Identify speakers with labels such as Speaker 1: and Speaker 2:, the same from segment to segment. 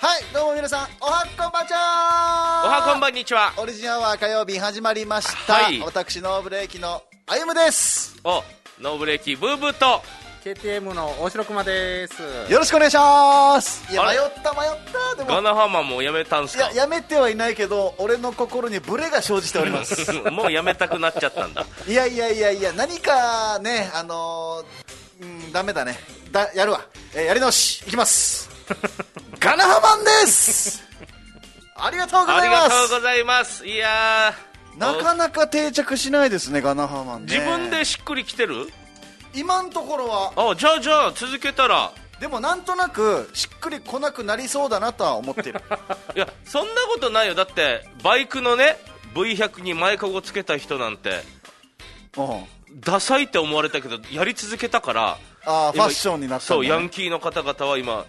Speaker 1: はい、どうも皆さん、おはこんばちゃ
Speaker 2: お
Speaker 1: ん
Speaker 2: はこんばんにちは
Speaker 1: オリジンアワー火曜日始まりました。
Speaker 2: はい
Speaker 1: 私、ノーブレーキのあゆむです。
Speaker 2: おノーブレーキブーブーと
Speaker 3: KTM の大城熊です
Speaker 1: よろしくお願いします。いや、
Speaker 2: あ
Speaker 1: 迷
Speaker 2: れ
Speaker 1: った迷った。で
Speaker 2: ガ
Speaker 1: も、
Speaker 2: ナハーマンもうやめたんす
Speaker 1: い
Speaker 2: か
Speaker 1: や、やめてはいないけど、俺の心にブレが生じております。
Speaker 2: もうやめたくなっちゃったんだ
Speaker 1: いやいやいやいや、何かね、あのー、うん、ダメだね。だ、やるわ。えーやり直し、いき ます。ガナハマンです ありがとうござ
Speaker 2: あ
Speaker 1: い
Speaker 2: り
Speaker 1: ま
Speaker 2: がとうご
Speaker 1: す
Speaker 2: ざいますいやー
Speaker 1: なかなか定着しないですね、ガナハマンね。
Speaker 2: 自分でしっくりきてる
Speaker 1: 今のところは、
Speaker 2: あじゃあじゃあ続けたら
Speaker 1: でもなんとなく、しっくりこなくなりそうだなとは思って る。
Speaker 2: いやそんなことないよだってバイクのね V100 に前かごつけた人なんて
Speaker 1: うん。
Speaker 2: ダサいって思われたけどやり続けたから
Speaker 1: あー
Speaker 2: 今
Speaker 1: ファッションになったんだ
Speaker 2: そう
Speaker 1: ね
Speaker 2: ヤンキーの方々は今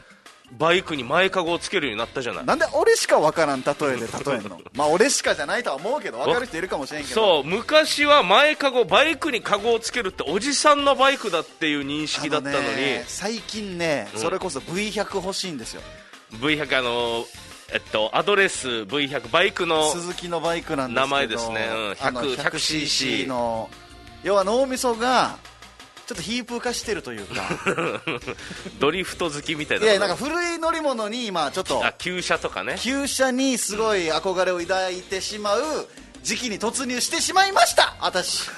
Speaker 2: バイクに前かごをつけるようになったじゃない
Speaker 1: なんで俺しかわからん例えで例えんのまあ俺しかじゃないとは思うけどわかる人いるかもしれんけど
Speaker 2: そう昔は前かごバイクにかごをつけるっておじさんのバイクだっていう認識だったのに
Speaker 1: あね最近ね、
Speaker 2: ん
Speaker 1: それこそ V100 欲しいんですよ
Speaker 2: V100 あのえっとアドレス V100 バイクの
Speaker 1: 鈴木のバイクなんですけど
Speaker 2: 名前ですねうん100
Speaker 1: あの
Speaker 2: 100cc
Speaker 1: の要は脳みそがちょっとヒープー化してると いうか
Speaker 2: ドリフト好きみたい
Speaker 1: い
Speaker 2: な
Speaker 1: やなんか古い乗り物に今ちょっと
Speaker 2: あ旧車とかね
Speaker 1: 旧車にすごい憧れを抱いてしまう時期に突入してしまいました私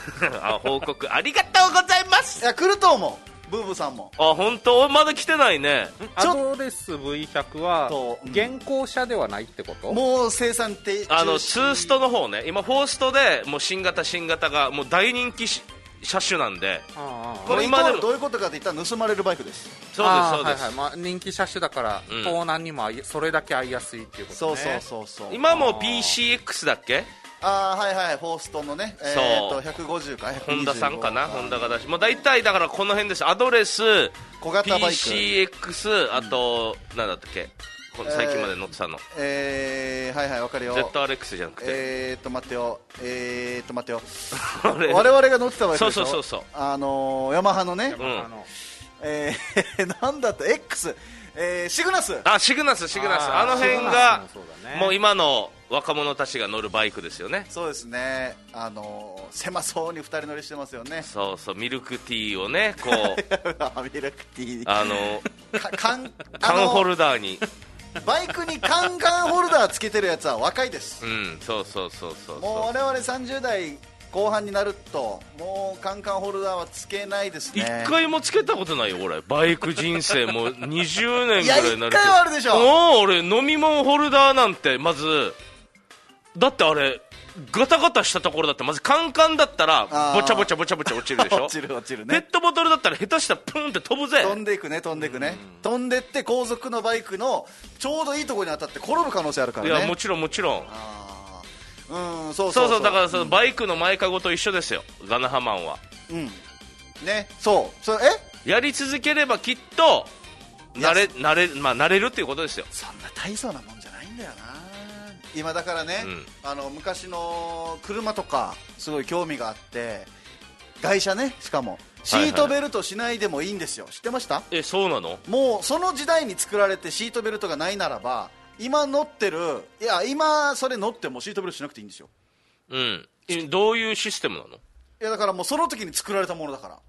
Speaker 2: あ報告ありがとうございます
Speaker 1: いや来ると思うブーブーさんも
Speaker 2: あ本当まだ来てないね
Speaker 3: アドレス V100 は
Speaker 1: とうん
Speaker 3: 現行車ではないってこと
Speaker 1: もう生産停止
Speaker 2: あのツーストの方ね今フォーストでもう新型新型がもう大人気し車種なんで
Speaker 3: ああ
Speaker 1: これ
Speaker 2: 今でも
Speaker 1: 今どういうことかって言ったら盗まれるバイクです
Speaker 2: そうです
Speaker 3: ああ
Speaker 2: そうです、
Speaker 3: はいはいまあ、人気車種だから、
Speaker 2: うん
Speaker 3: 盗難にもあいそれだけ合いやすいっていうこと
Speaker 1: そう
Speaker 3: ね
Speaker 1: そうそうそう
Speaker 2: 今も PCX だっけ
Speaker 1: ああはいはいフォーストンのねえー、
Speaker 2: そ
Speaker 1: と
Speaker 2: う
Speaker 1: 150か125
Speaker 2: ホンダさんかな、
Speaker 1: あー
Speaker 2: ホンダが出し、もう大体だからこの辺です、アドレス、
Speaker 1: 小型バイク
Speaker 2: PCX、あと、なんだったっけ、この最近まで乗ってたの、
Speaker 1: えー、はいはいわかるよ
Speaker 2: ZRX じゃなくて、
Speaker 1: えーっと待ってよえー、っと待ってよ
Speaker 2: あれ
Speaker 1: 我々が乗ってたバイクでしょ
Speaker 2: そうそうそうそう
Speaker 1: あのー、ヤマハのね、
Speaker 2: ん
Speaker 3: あの
Speaker 1: えー、 なんだった X、えー、シグナス
Speaker 2: あシグナス、シグナス、
Speaker 3: あー
Speaker 2: あの辺が
Speaker 3: シグナスもそうだね
Speaker 2: もう今の若者たちが乗るバイクですよね、
Speaker 1: そうですねあのー、狭そうに二人乗りしてますよ ね
Speaker 2: そうそう、ミルクティーをね、こ う
Speaker 1: ミルクティー
Speaker 2: あの
Speaker 1: か缶あ
Speaker 2: 缶
Speaker 1: の
Speaker 2: ホルダーに、
Speaker 1: バイクにカンカンホルダーつけてるやつは若いです
Speaker 2: うん、そうそうそうそう
Speaker 1: もう
Speaker 2: そ
Speaker 1: 我々30代後半になるともうカンカンホルダーはつけないです
Speaker 2: う、一
Speaker 1: ね
Speaker 2: 回もつけたことないよ、俺、バイク人生、もう20年
Speaker 1: い
Speaker 2: ぐ
Speaker 1: や
Speaker 2: らいに
Speaker 1: 一
Speaker 2: な
Speaker 1: 回
Speaker 2: るけど
Speaker 1: はあるでしょ
Speaker 2: もう俺飲み物ホルダーなんてまずだってあれガタガタしたところだってまずカンカンだったら
Speaker 1: あー
Speaker 2: ぼちゃぼちゃぼちゃぼちゃ落ちるでしょ
Speaker 1: 落ちる落ちる
Speaker 2: ペッ
Speaker 1: ね
Speaker 2: トボトルだったら下手したらプンって飛ぶぜ
Speaker 1: 飛んでいくね飛んでいくね飛んでって後続のバイクのちょうどいいところに当たって転ぶ可能性あるか
Speaker 2: い
Speaker 1: ら
Speaker 2: や
Speaker 1: ね
Speaker 2: もちろんもちろん
Speaker 1: あーうんそう
Speaker 2: そ
Speaker 1: そううそ
Speaker 2: そ
Speaker 1: うう
Speaker 2: だからそのバイクの前かごと一緒ですよガナハマンは
Speaker 1: うんねそうそれえ
Speaker 2: やり続ければきっと慣れ
Speaker 1: い
Speaker 2: 慣れ,、まあ、慣れるっていうことですよ
Speaker 1: そんな大層なもんじゃないんだよな今だからね、
Speaker 2: うん
Speaker 1: あの昔の車とかすごい興味があって外車ねしかもシ
Speaker 2: はい
Speaker 1: ートベルトしないでもいいんですよ、知ってました
Speaker 2: えそうなの
Speaker 1: もうその時代に作られてシートベルトがないならば今乗ってるいや今それ乗ってもシートベルトしなくていいんですよ
Speaker 2: うんえどういうシステムなの
Speaker 1: いやだからもうその時に作られたものだから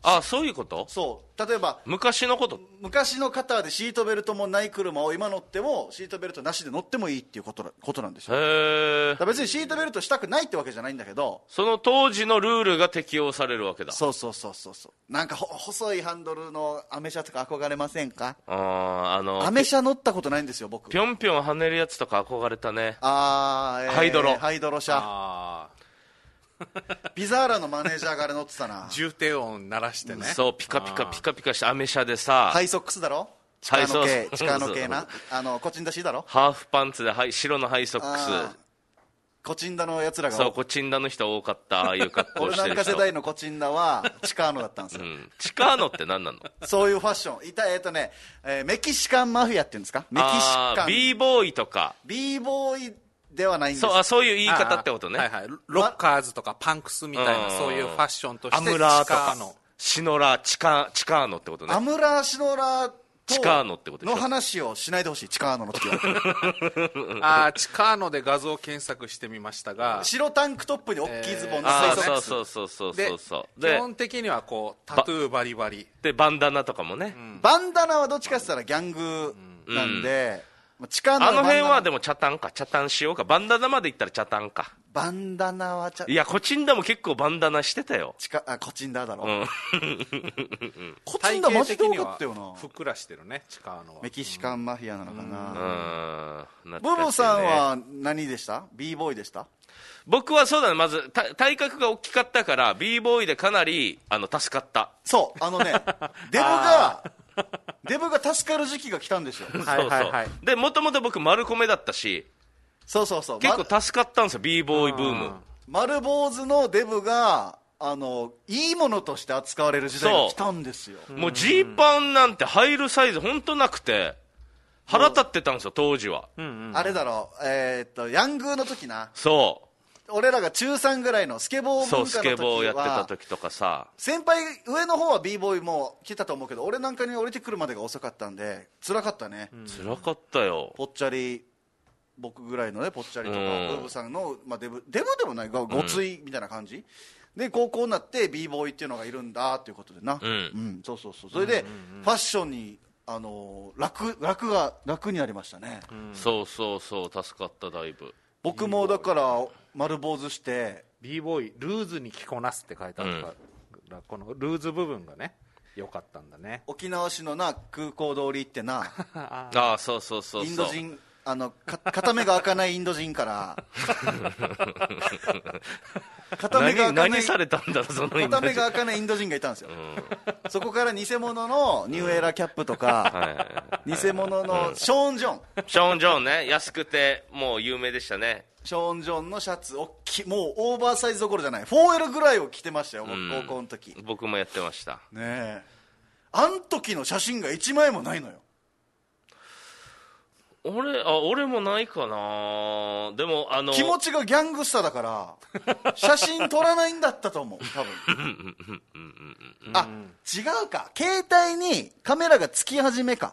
Speaker 2: あそういうこと
Speaker 1: そう例えば
Speaker 2: 昔のこと
Speaker 1: 昔の方でシートベルトもない車を今乗ってもシートベルトなしで乗ってもいいっていうことなことなんですよ
Speaker 2: へえ
Speaker 1: だから別にシートベルトしたくないってわけじゃないんだけど
Speaker 2: その当時のルールが適用されるわけだ
Speaker 1: そうそうそうそうそうなんかほ細いハンドルのアメ車とか憧れませんか
Speaker 2: あーあの
Speaker 1: アメ車乗ったことないんですよ僕
Speaker 2: ぴょんぴょん跳ねるやつとか憧れたね
Speaker 1: あー、えー
Speaker 2: ハイドロ
Speaker 1: ハイドロ車
Speaker 3: ああ
Speaker 1: ビザーラのマネージャーがあれ乗ってたな
Speaker 3: 重低音鳴らしてね
Speaker 2: そうピカピカピカピカしてアメ車でさ、
Speaker 1: ハイソックスだろ
Speaker 2: ハイ
Speaker 1: 力の
Speaker 2: ソ
Speaker 1: 系
Speaker 2: ックス
Speaker 1: 力の系なあのコチンダシだろ
Speaker 2: ハーフパンツでハイ白のハイソッ
Speaker 1: あ
Speaker 2: ク
Speaker 1: ーコチンダのやつら
Speaker 2: スそう
Speaker 1: が
Speaker 2: こちんだの人多かったああいう格好
Speaker 1: 俺
Speaker 2: し
Speaker 1: な
Speaker 2: て
Speaker 1: ん
Speaker 2: る
Speaker 1: か世
Speaker 2: 人
Speaker 1: 代のコチンダはチカーノだったんですよ、
Speaker 2: うん、チカーノって何 なの
Speaker 1: そういうファッションいたえっ、とね、えーメキシカンマフィアっていうんですかメキシ
Speaker 2: あ
Speaker 1: カ
Speaker 2: ー
Speaker 1: ン
Speaker 2: b ボーイとか
Speaker 1: B ボーイではないんです
Speaker 2: そうあそういう言い方ってことね
Speaker 3: ああはいはいロッカーズとかパンクスみたいな
Speaker 2: うん
Speaker 3: そういうファッションとして
Speaker 2: アムラーと
Speaker 3: 地下
Speaker 2: か
Speaker 3: の
Speaker 2: シノラーチカチカーノってことね
Speaker 1: アムラーシノラー
Speaker 2: チカーノってことでし
Speaker 1: の
Speaker 2: ょ
Speaker 1: 話をしないでほしいチカーノの時は
Speaker 3: ああチカーノで画像検索してみましたが
Speaker 1: 白タンクトップに大きいズボンの
Speaker 2: あ
Speaker 1: サイ
Speaker 2: あ
Speaker 1: ズ
Speaker 3: ね
Speaker 1: の
Speaker 2: そ
Speaker 1: や
Speaker 2: う
Speaker 1: つ
Speaker 2: そうそうそう
Speaker 3: で
Speaker 2: そうそう
Speaker 3: 基
Speaker 2: で
Speaker 3: 本的にはこうタトゥーバリバリ
Speaker 2: でバンダナとかもね、
Speaker 1: バンダナはどっちかって言ったらギャングなんで、まあチカーノ
Speaker 2: あの辺は
Speaker 1: バンダ
Speaker 2: でも茶炭か茶炭しようかバンダナまで行ったら茶炭か
Speaker 1: ナバンダナはちゃ
Speaker 2: いやコチンダも結構バンダナしてたよ
Speaker 1: チカあコチンダーだろ、
Speaker 2: ん
Speaker 1: コチ
Speaker 3: 体
Speaker 1: ンダーマ
Speaker 3: 型
Speaker 1: ジ
Speaker 3: 的
Speaker 1: で多
Speaker 3: に
Speaker 1: かっ
Speaker 3: は
Speaker 1: た よな
Speaker 3: ふっくらしてるねチカーノは
Speaker 1: メキシカンマフィアなのかな、
Speaker 2: うーん懐かしいね
Speaker 1: ボボさんは何でした b ボーイでした
Speaker 2: 僕はそうだねまずた体格が大きかったから b ボーイでかなりあの助かった
Speaker 1: そう あのねデブがデブが助かる時期が来たんですよ
Speaker 3: はいはいはい
Speaker 2: そうそうでもともと僕丸米だったし
Speaker 1: そうそうそう
Speaker 2: 結構助かったんですよ b ボーイブーム
Speaker 1: ま丸坊主のデブがあのいいものとして扱われる時代が来たんですよ
Speaker 2: もうジーパンなんて入るサイズ本当なくて腹立ってたんですよ当時は、
Speaker 1: あれだろうえーっとヤングの時な
Speaker 2: そ
Speaker 1: 俺らが中3ぐらいのスケボ
Speaker 2: う
Speaker 1: ー文化の
Speaker 2: そう
Speaker 1: 時
Speaker 2: ス
Speaker 1: は
Speaker 2: ケボーやってた時とかさ
Speaker 1: 先輩上の方は b ボーイも来てたと思うけど俺なんかに降りてくるまでが遅かったんで辛かったね、
Speaker 2: 辛かったよ
Speaker 1: ぽっちゃり僕ぐらいのねぽっちゃりとか
Speaker 2: うん
Speaker 1: ブーブさんの、まあ、デブデブでもないがごついみたいな感じ、で高校になって b ボーイっていうのがいるんだっていうことでな、
Speaker 2: うん
Speaker 1: そうそうそうそれで、ファッションにあのー楽楽が楽になりましたね、
Speaker 2: そうそうそう助かっただいぶ
Speaker 1: 僕もだから丸坊主して
Speaker 3: b ボーイルーズに着こなすって書いてあるから、このルーズ部分がね良かったんだね
Speaker 1: 沖縄市のな空港通り行ってな
Speaker 2: ああそうそうそうそう
Speaker 1: インド人あのか片目が開かないインド人から 片目が開かな
Speaker 2: 何何
Speaker 1: い
Speaker 2: されたんだろうそのインド
Speaker 1: 片目
Speaker 2: 人
Speaker 1: が開かないインド人がいたんですよ、そこから偽物のニューエラキャップとか、偽物のショーン・ジョン、
Speaker 2: ショーン・ジョーンね安くてもう有名でしたね
Speaker 1: ショーン・ジョンのシャツをき、もうオーバーサイズどころじゃない、4L ぐらいを着てましたよ、僕高校の時ね
Speaker 2: 僕もやってました
Speaker 1: え、あん時の写真が1枚もないのよ、
Speaker 2: 俺あ俺もないかなでもあの
Speaker 1: 気持ちがギャングスターだ から、写真撮らないんだったと思う、多分あ違うか、携帯にカメラがつき始めか。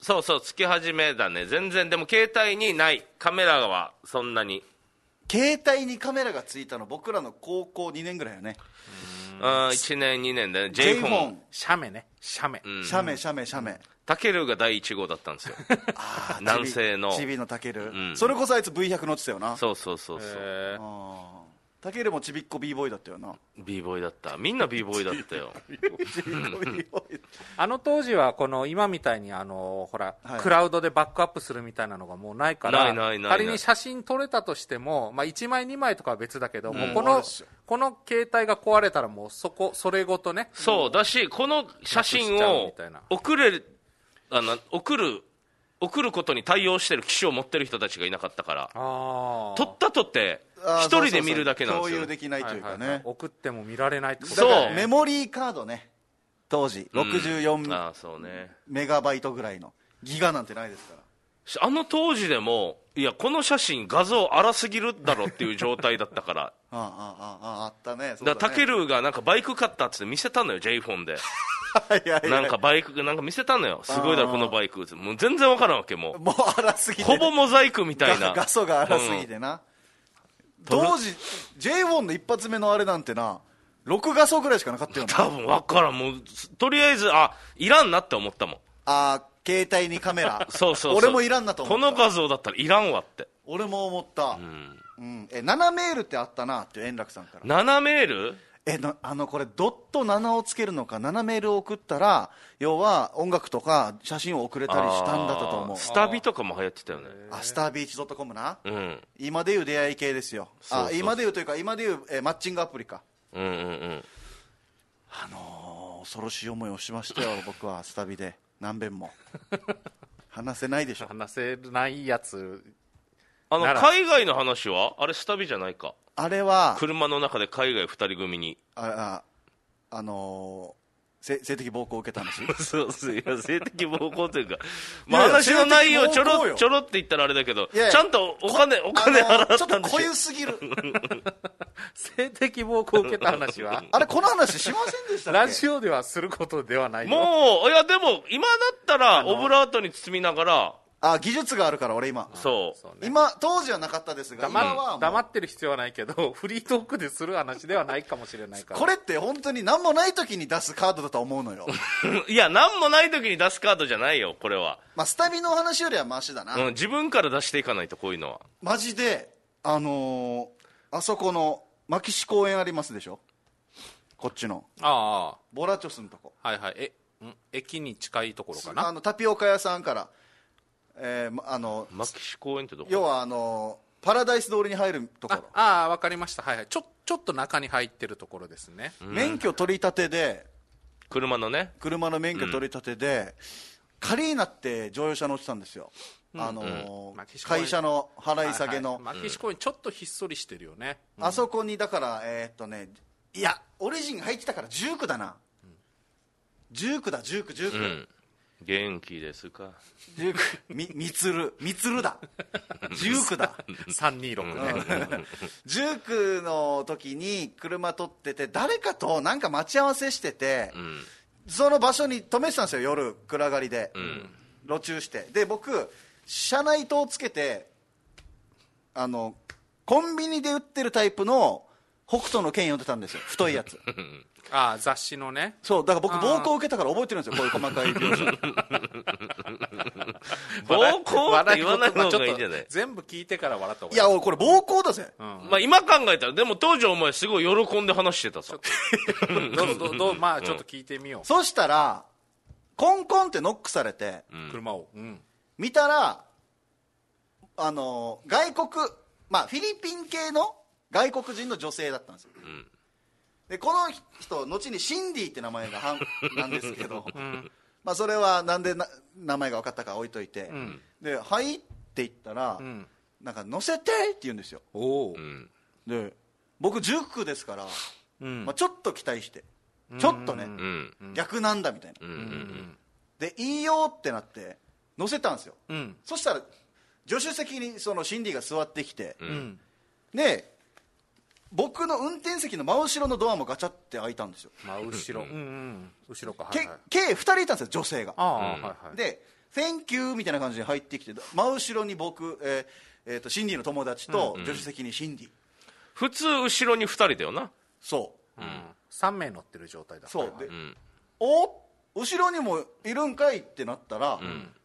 Speaker 2: そうそうつき始めだね全然でも携帯にないカメラはそんなに
Speaker 1: 携帯にカメラがついたの僕らの高校2年ぐらいよね
Speaker 2: あ1年2年でね
Speaker 1: j フォ
Speaker 2: j フォン
Speaker 1: ン
Speaker 3: 写メね写メ、
Speaker 1: 写メ写メ写メ
Speaker 2: タケルが第1号だったん ですよ
Speaker 1: あー
Speaker 2: 南西の
Speaker 1: ちびのたける
Speaker 2: ん
Speaker 1: それこそあいつ V100 乗ってたよな
Speaker 2: そうそうそうそう
Speaker 3: えー
Speaker 1: たけるもちびっこ b ボーイだったよな
Speaker 2: b ボーイだったみんな b ボーイだっ たよ
Speaker 1: ちびっこ b ボーイ
Speaker 3: あの当時はこの今みたいにあのほら、
Speaker 1: はい
Speaker 3: クラウドでバックアップするみたいなのがもうないから
Speaker 2: ないないないない
Speaker 3: 仮に写真撮れたとしても、まあ、1枚2枚とかは別だけど、もうこ
Speaker 1: そう
Speaker 3: の
Speaker 1: ですよ
Speaker 3: この携帯が壊れたらもうそこそれごとね
Speaker 2: そうだしこの写真
Speaker 3: なくしちゃうみ
Speaker 2: を
Speaker 3: たいな
Speaker 2: 送れるあの送る送ることに対応してる機種を持ってる人たちがいなかったから
Speaker 3: あー
Speaker 2: 撮ったとって
Speaker 1: あー
Speaker 2: 一人で見るだけなん
Speaker 1: そうそうそう共
Speaker 2: ですよ
Speaker 1: 有できないというか
Speaker 3: はいはいはい
Speaker 1: ね
Speaker 3: 送っても見られないってこと
Speaker 1: だ
Speaker 2: そう
Speaker 1: からメモリーカードね当時
Speaker 2: うん
Speaker 1: 64
Speaker 2: あーそうね
Speaker 1: メガバイトぐらいのギガなんてないですから
Speaker 2: しあの当時でもいやこの写真画像荒すぎるだろっていう状態だったから
Speaker 1: あああああああったね そう
Speaker 2: だからタケ
Speaker 1: る
Speaker 2: ルがなんかバイク買ったっつって見せたのよ j フォ ンでなんかバイクなんか見せたのよすごいだろこのバイクもう全然わからんわけもう
Speaker 1: もう荒すぎて
Speaker 2: ほぼモザイクみたいな
Speaker 1: 画画素が荒すぎてな、当時 J1 の一発目のあれなんてな6画素ぐらいしかなかったよな
Speaker 2: 多分わからんもうとりあえずあいらんなって思ったもん
Speaker 1: あー携帯にカメラ
Speaker 2: そうそうそう
Speaker 1: 俺もいらんなと思
Speaker 2: こ
Speaker 1: った
Speaker 2: の画像だったらいらんわって
Speaker 1: 俺も思った、うんえ7メールってあったなっていう円楽さんから
Speaker 2: 7メール
Speaker 1: えなあのこれドット7をつけるのか7メールを送ったら要は音楽とか写真を送れたりしたんだったと思う
Speaker 2: あースタビとかも流行ってたよね
Speaker 1: あスタービーチ .com な、
Speaker 2: うん
Speaker 1: 今でいう出会い系ですよ
Speaker 2: そうそうそう
Speaker 1: あ今でいうというか今でいう、えーマッチングアプリか
Speaker 2: うんうんうん
Speaker 1: あのー恐ろしい思いをしました よ、僕はスタビで、何遍 も。話せないでしょ、
Speaker 3: 話せないやつ
Speaker 2: あの
Speaker 3: なら
Speaker 2: 海外の話はあれスタビじゃないか
Speaker 1: あれは、
Speaker 2: 車の中で海外2人組に
Speaker 1: あああのーせ性的暴行を受けた話
Speaker 2: そうそういや性的暴行というか、
Speaker 1: い
Speaker 2: まあ、
Speaker 1: やいや
Speaker 2: 話の内容
Speaker 1: 性
Speaker 2: ち
Speaker 1: 的
Speaker 2: ょ
Speaker 1: 暴行
Speaker 2: ろ
Speaker 1: よ
Speaker 2: ちょろって言ったらあれだけど
Speaker 1: いやいや
Speaker 2: ちゃんとお金お金
Speaker 1: あの
Speaker 2: 払っ
Speaker 1: ちょったと
Speaker 2: んでしょ
Speaker 1: 濃ゆすぎる
Speaker 3: 性的暴行を受けた話は
Speaker 1: あれこの話しませんでしたっけ
Speaker 3: ラジオではすることではないよ
Speaker 2: もういやでも今だったらオブラートに包みながら
Speaker 1: あ技術があるから俺今
Speaker 2: そう
Speaker 3: そうね
Speaker 1: 今当時はなかったですが今はも
Speaker 3: 黙
Speaker 1: う
Speaker 3: 黙ってる必要はないけど フリートークでする話ではないかもしれないから
Speaker 1: これって本当に何もない時に出すカードだと思うのよ
Speaker 2: いや何もない時に出すカードじゃないよこれは、
Speaker 1: まあスタミの話よりはマシだな、
Speaker 2: うん、自分から出していかないとこういうのは
Speaker 1: マジであのーあそこの牧師公園ありますでしょこっちの
Speaker 3: あ
Speaker 1: ボラチョスのとこ
Speaker 3: あはいはいえん駅に近いところか
Speaker 1: あ
Speaker 3: な
Speaker 1: のタピオカ屋さんから、えーまあの
Speaker 2: マキシ公園ってど
Speaker 1: 要
Speaker 2: こ
Speaker 1: はあのーパラダイス通りに入るとこ
Speaker 3: あ
Speaker 1: ろ
Speaker 3: あーわかりましたはいはいちょちょっと中に入ってるところですね
Speaker 1: 免許取り立てで
Speaker 2: 車のね
Speaker 1: 車の免許取り立てで、カリーナって乗用車乗ってたんですよ、あのー
Speaker 3: うん牧師公園
Speaker 1: 会社の払い下げの、
Speaker 3: はいはい、マキシ公園ちょっとひっそりしてるよね、
Speaker 1: あそこにだからえーっとねいやオリジンが入ってたから19だな、19だ1919、
Speaker 2: う
Speaker 1: 19
Speaker 2: ん元気ですか
Speaker 1: 19みみつるみつるだ19だ
Speaker 3: 326ね、
Speaker 1: 19の時に車取ってて誰かとなんか待ち合わせしてて、
Speaker 2: うん
Speaker 1: その場所に止めてたんですよ夜暗がりで、
Speaker 2: ん
Speaker 1: 路中してで僕車内灯をつけてあのコンビニで売ってるタイプの北斗の剣読んでたんですよ太いや つ
Speaker 3: ああ雑誌のね
Speaker 1: そうだから僕
Speaker 3: あー
Speaker 1: 暴行を受けたから覚えてるんですよこういう細かい描 写
Speaker 2: 暴行って言わない方がいいんじゃな
Speaker 3: 笑い事まあちょっ
Speaker 2: い
Speaker 3: と全部聞いてから笑った方が
Speaker 1: いやおいこれ暴行だぜ、
Speaker 2: まあ今考えたらでも当時お前すごい喜んで話してたさ
Speaker 3: どうぞどうどうまあちょっと聞いてみよ
Speaker 1: そしたらコンコンってノックされて
Speaker 3: う、車を、うん、
Speaker 1: 見たらあの外国、まあ、フィリピン系の外国人の女性だったんですよ、でこの人後にシンディって名前がはん なんですけど、まあ、それはなんでな名前が分かったか置いといて、
Speaker 3: ん
Speaker 1: で「はい」って言ったら「
Speaker 3: ん
Speaker 1: なんか乗せて」って言うんですよ
Speaker 3: おお、
Speaker 2: うん
Speaker 1: で僕19区ですから、
Speaker 3: うん
Speaker 1: まあ、ちょっと期待してちょっとね、
Speaker 2: うん
Speaker 1: 逆なんだみたいな、
Speaker 2: うんうん
Speaker 1: で「いいよ」ってなって乗せたんですよ、
Speaker 3: うん
Speaker 1: そしたら助手席にそのシンディが座ってきて、
Speaker 3: うん、
Speaker 1: で僕の運転席の真後ろのドアもガチャって開いたんですよ、
Speaker 3: まあ後ろ、うんうん、後ろか、はい
Speaker 1: け
Speaker 3: はい、
Speaker 1: 計2人いたんですよ女性が
Speaker 3: ああ、はいはい、
Speaker 1: で「Thank you」みたいな感じで入ってきて真後ろに僕、えーえーとシンディの友達と助手席にシンディ、
Speaker 2: 普通後ろに2人だよな
Speaker 1: そう
Speaker 3: 3名乗ってる状態だ
Speaker 1: そう
Speaker 3: これ
Speaker 1: で、
Speaker 3: は
Speaker 1: お後ろにもいるんかいってなったら、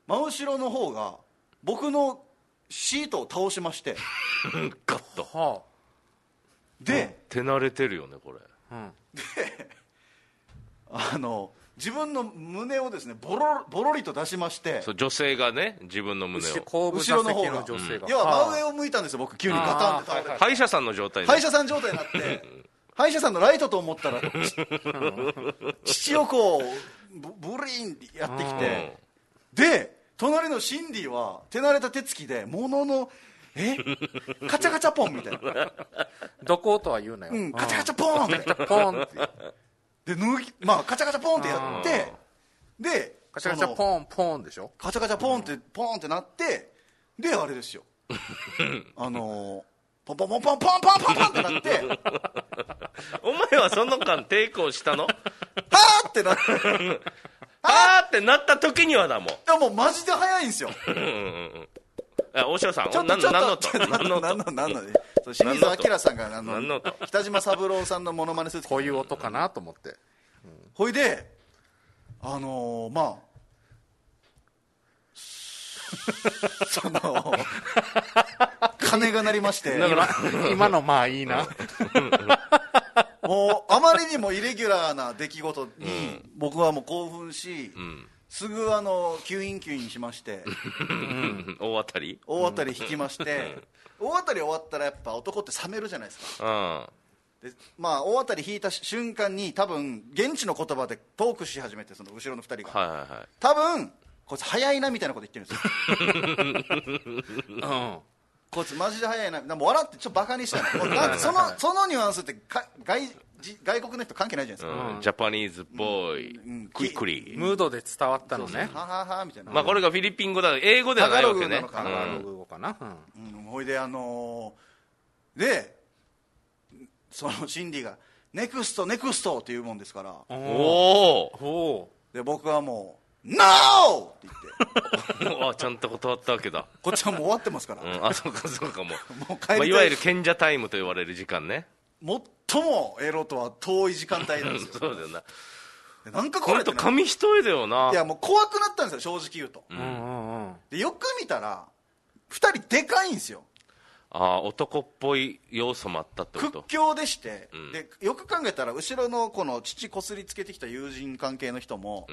Speaker 1: 真後ろの方が僕のシートを倒しまして
Speaker 2: ガッと
Speaker 3: は
Speaker 1: で、
Speaker 2: 手慣れてるよねこれ
Speaker 3: あ、うん、
Speaker 1: あの自分の胸をですねボロボロリと出しまして
Speaker 2: そう女性がね自分の胸
Speaker 3: 後ろ
Speaker 2: を
Speaker 3: 後部座席の女性が、
Speaker 1: 要は真上
Speaker 3: を
Speaker 1: を向いたんですよ僕急にガタンって倒れて、
Speaker 3: あーはい
Speaker 2: 歯医者さんの状態
Speaker 1: 歯
Speaker 2: ね
Speaker 1: 医者さん状態にな って歯医者さんのライトと思ったらち父をこうブブリーンってやってきてで隣のシンディは手慣れた手つきでもののえカチャカチャポンみたいな、
Speaker 3: どことは言うなよ、
Speaker 1: うん、カチャカチ
Speaker 3: ャ
Speaker 1: ャポンみたいな
Speaker 3: ポーンって
Speaker 1: で脱ぎ、まあ、カチャカチャポンってやってで
Speaker 3: カチャカチャ
Speaker 1: ン
Speaker 3: ポーンポーンでしょ
Speaker 1: カチャカチャポンってポンってなってであれです よあのポンポンポンポンポンポンポンポンってな って
Speaker 2: お前はその間抵抗し たの
Speaker 1: はーってなって、
Speaker 2: あーってなった時にはだもん
Speaker 1: でもうマジで早いんですよ。
Speaker 2: あ大城さん
Speaker 1: ちょっと
Speaker 2: 何
Speaker 1: ちょっ
Speaker 2: の
Speaker 1: と、
Speaker 2: 何の音
Speaker 1: ちょっと なん
Speaker 2: 何の音
Speaker 1: の、なんの、そう清水明さんが、あ
Speaker 2: 何の
Speaker 1: の
Speaker 2: 音、
Speaker 1: 北島三郎さんのモノマネする
Speaker 3: こう
Speaker 1: 時
Speaker 3: いう音かなと思って
Speaker 1: ほいで、あ のー、まあ、その、鐘が鳴りまして、
Speaker 3: 今今のまあいいな、
Speaker 1: もう、あまりにもイレギュラーな出来事に、僕はもう興奮し、すぐあの、吸引吸引しまして、
Speaker 2: うん 大当たり
Speaker 1: 大当たり引きまして、大当たり終わったらやっぱ男って冷めるじゃないですか。
Speaker 2: うん
Speaker 1: でまあ、大当たり引いた瞬間に多分現地の言葉でトークし始めてその後ろの2人が
Speaker 2: はいはいはい
Speaker 1: 多分こいつ早いなみたいなこと言ってるんですよ
Speaker 3: うん、
Speaker 1: こいつマジで早いななんか笑ってちょっとバカにしたの もうなんかそのそのニュアンスってか外じ外国の人関係ないじゃないですか、
Speaker 2: うんジャパニーズボーイ、
Speaker 1: うん
Speaker 2: クイックリー、
Speaker 3: ムードで伝わったのね
Speaker 1: はははみたいな、
Speaker 2: まあ、これがフィリピン語だ英語ではないわけね
Speaker 1: タガログなのかな
Speaker 3: アナ
Speaker 2: う
Speaker 3: ロ
Speaker 2: ん
Speaker 3: グ語かな、うん
Speaker 1: うん、ほいであのーでそのシンディが「ネクストネクスト」って言うもんですから
Speaker 2: おお
Speaker 3: おお
Speaker 1: で僕はもう「NO!」って言って
Speaker 2: あちゃんと断ったわけだ、
Speaker 1: こっちはもう終わってますから、
Speaker 2: うん、あそうかそうかも
Speaker 1: もう帰りた
Speaker 2: ま
Speaker 1: い
Speaker 2: あ、いわゆる賢者タイムと言われる時間ね
Speaker 1: 最もエロとは遠い時間帯なんですよ
Speaker 2: そうだよな
Speaker 1: でなんかこれ
Speaker 2: 本
Speaker 1: って
Speaker 2: 当
Speaker 1: な
Speaker 2: 紙一重だよない
Speaker 1: やもう怖くなったんですよ正直言うと、
Speaker 3: うんうんうん
Speaker 1: でよく見たら2人でかいんですよ
Speaker 2: ああ男っぽい要素もあったってこ
Speaker 1: 屈
Speaker 2: と
Speaker 1: 強でして、
Speaker 2: ん
Speaker 1: でよく考えたら後ろのこの父こすりつけてきた友人関係の人も、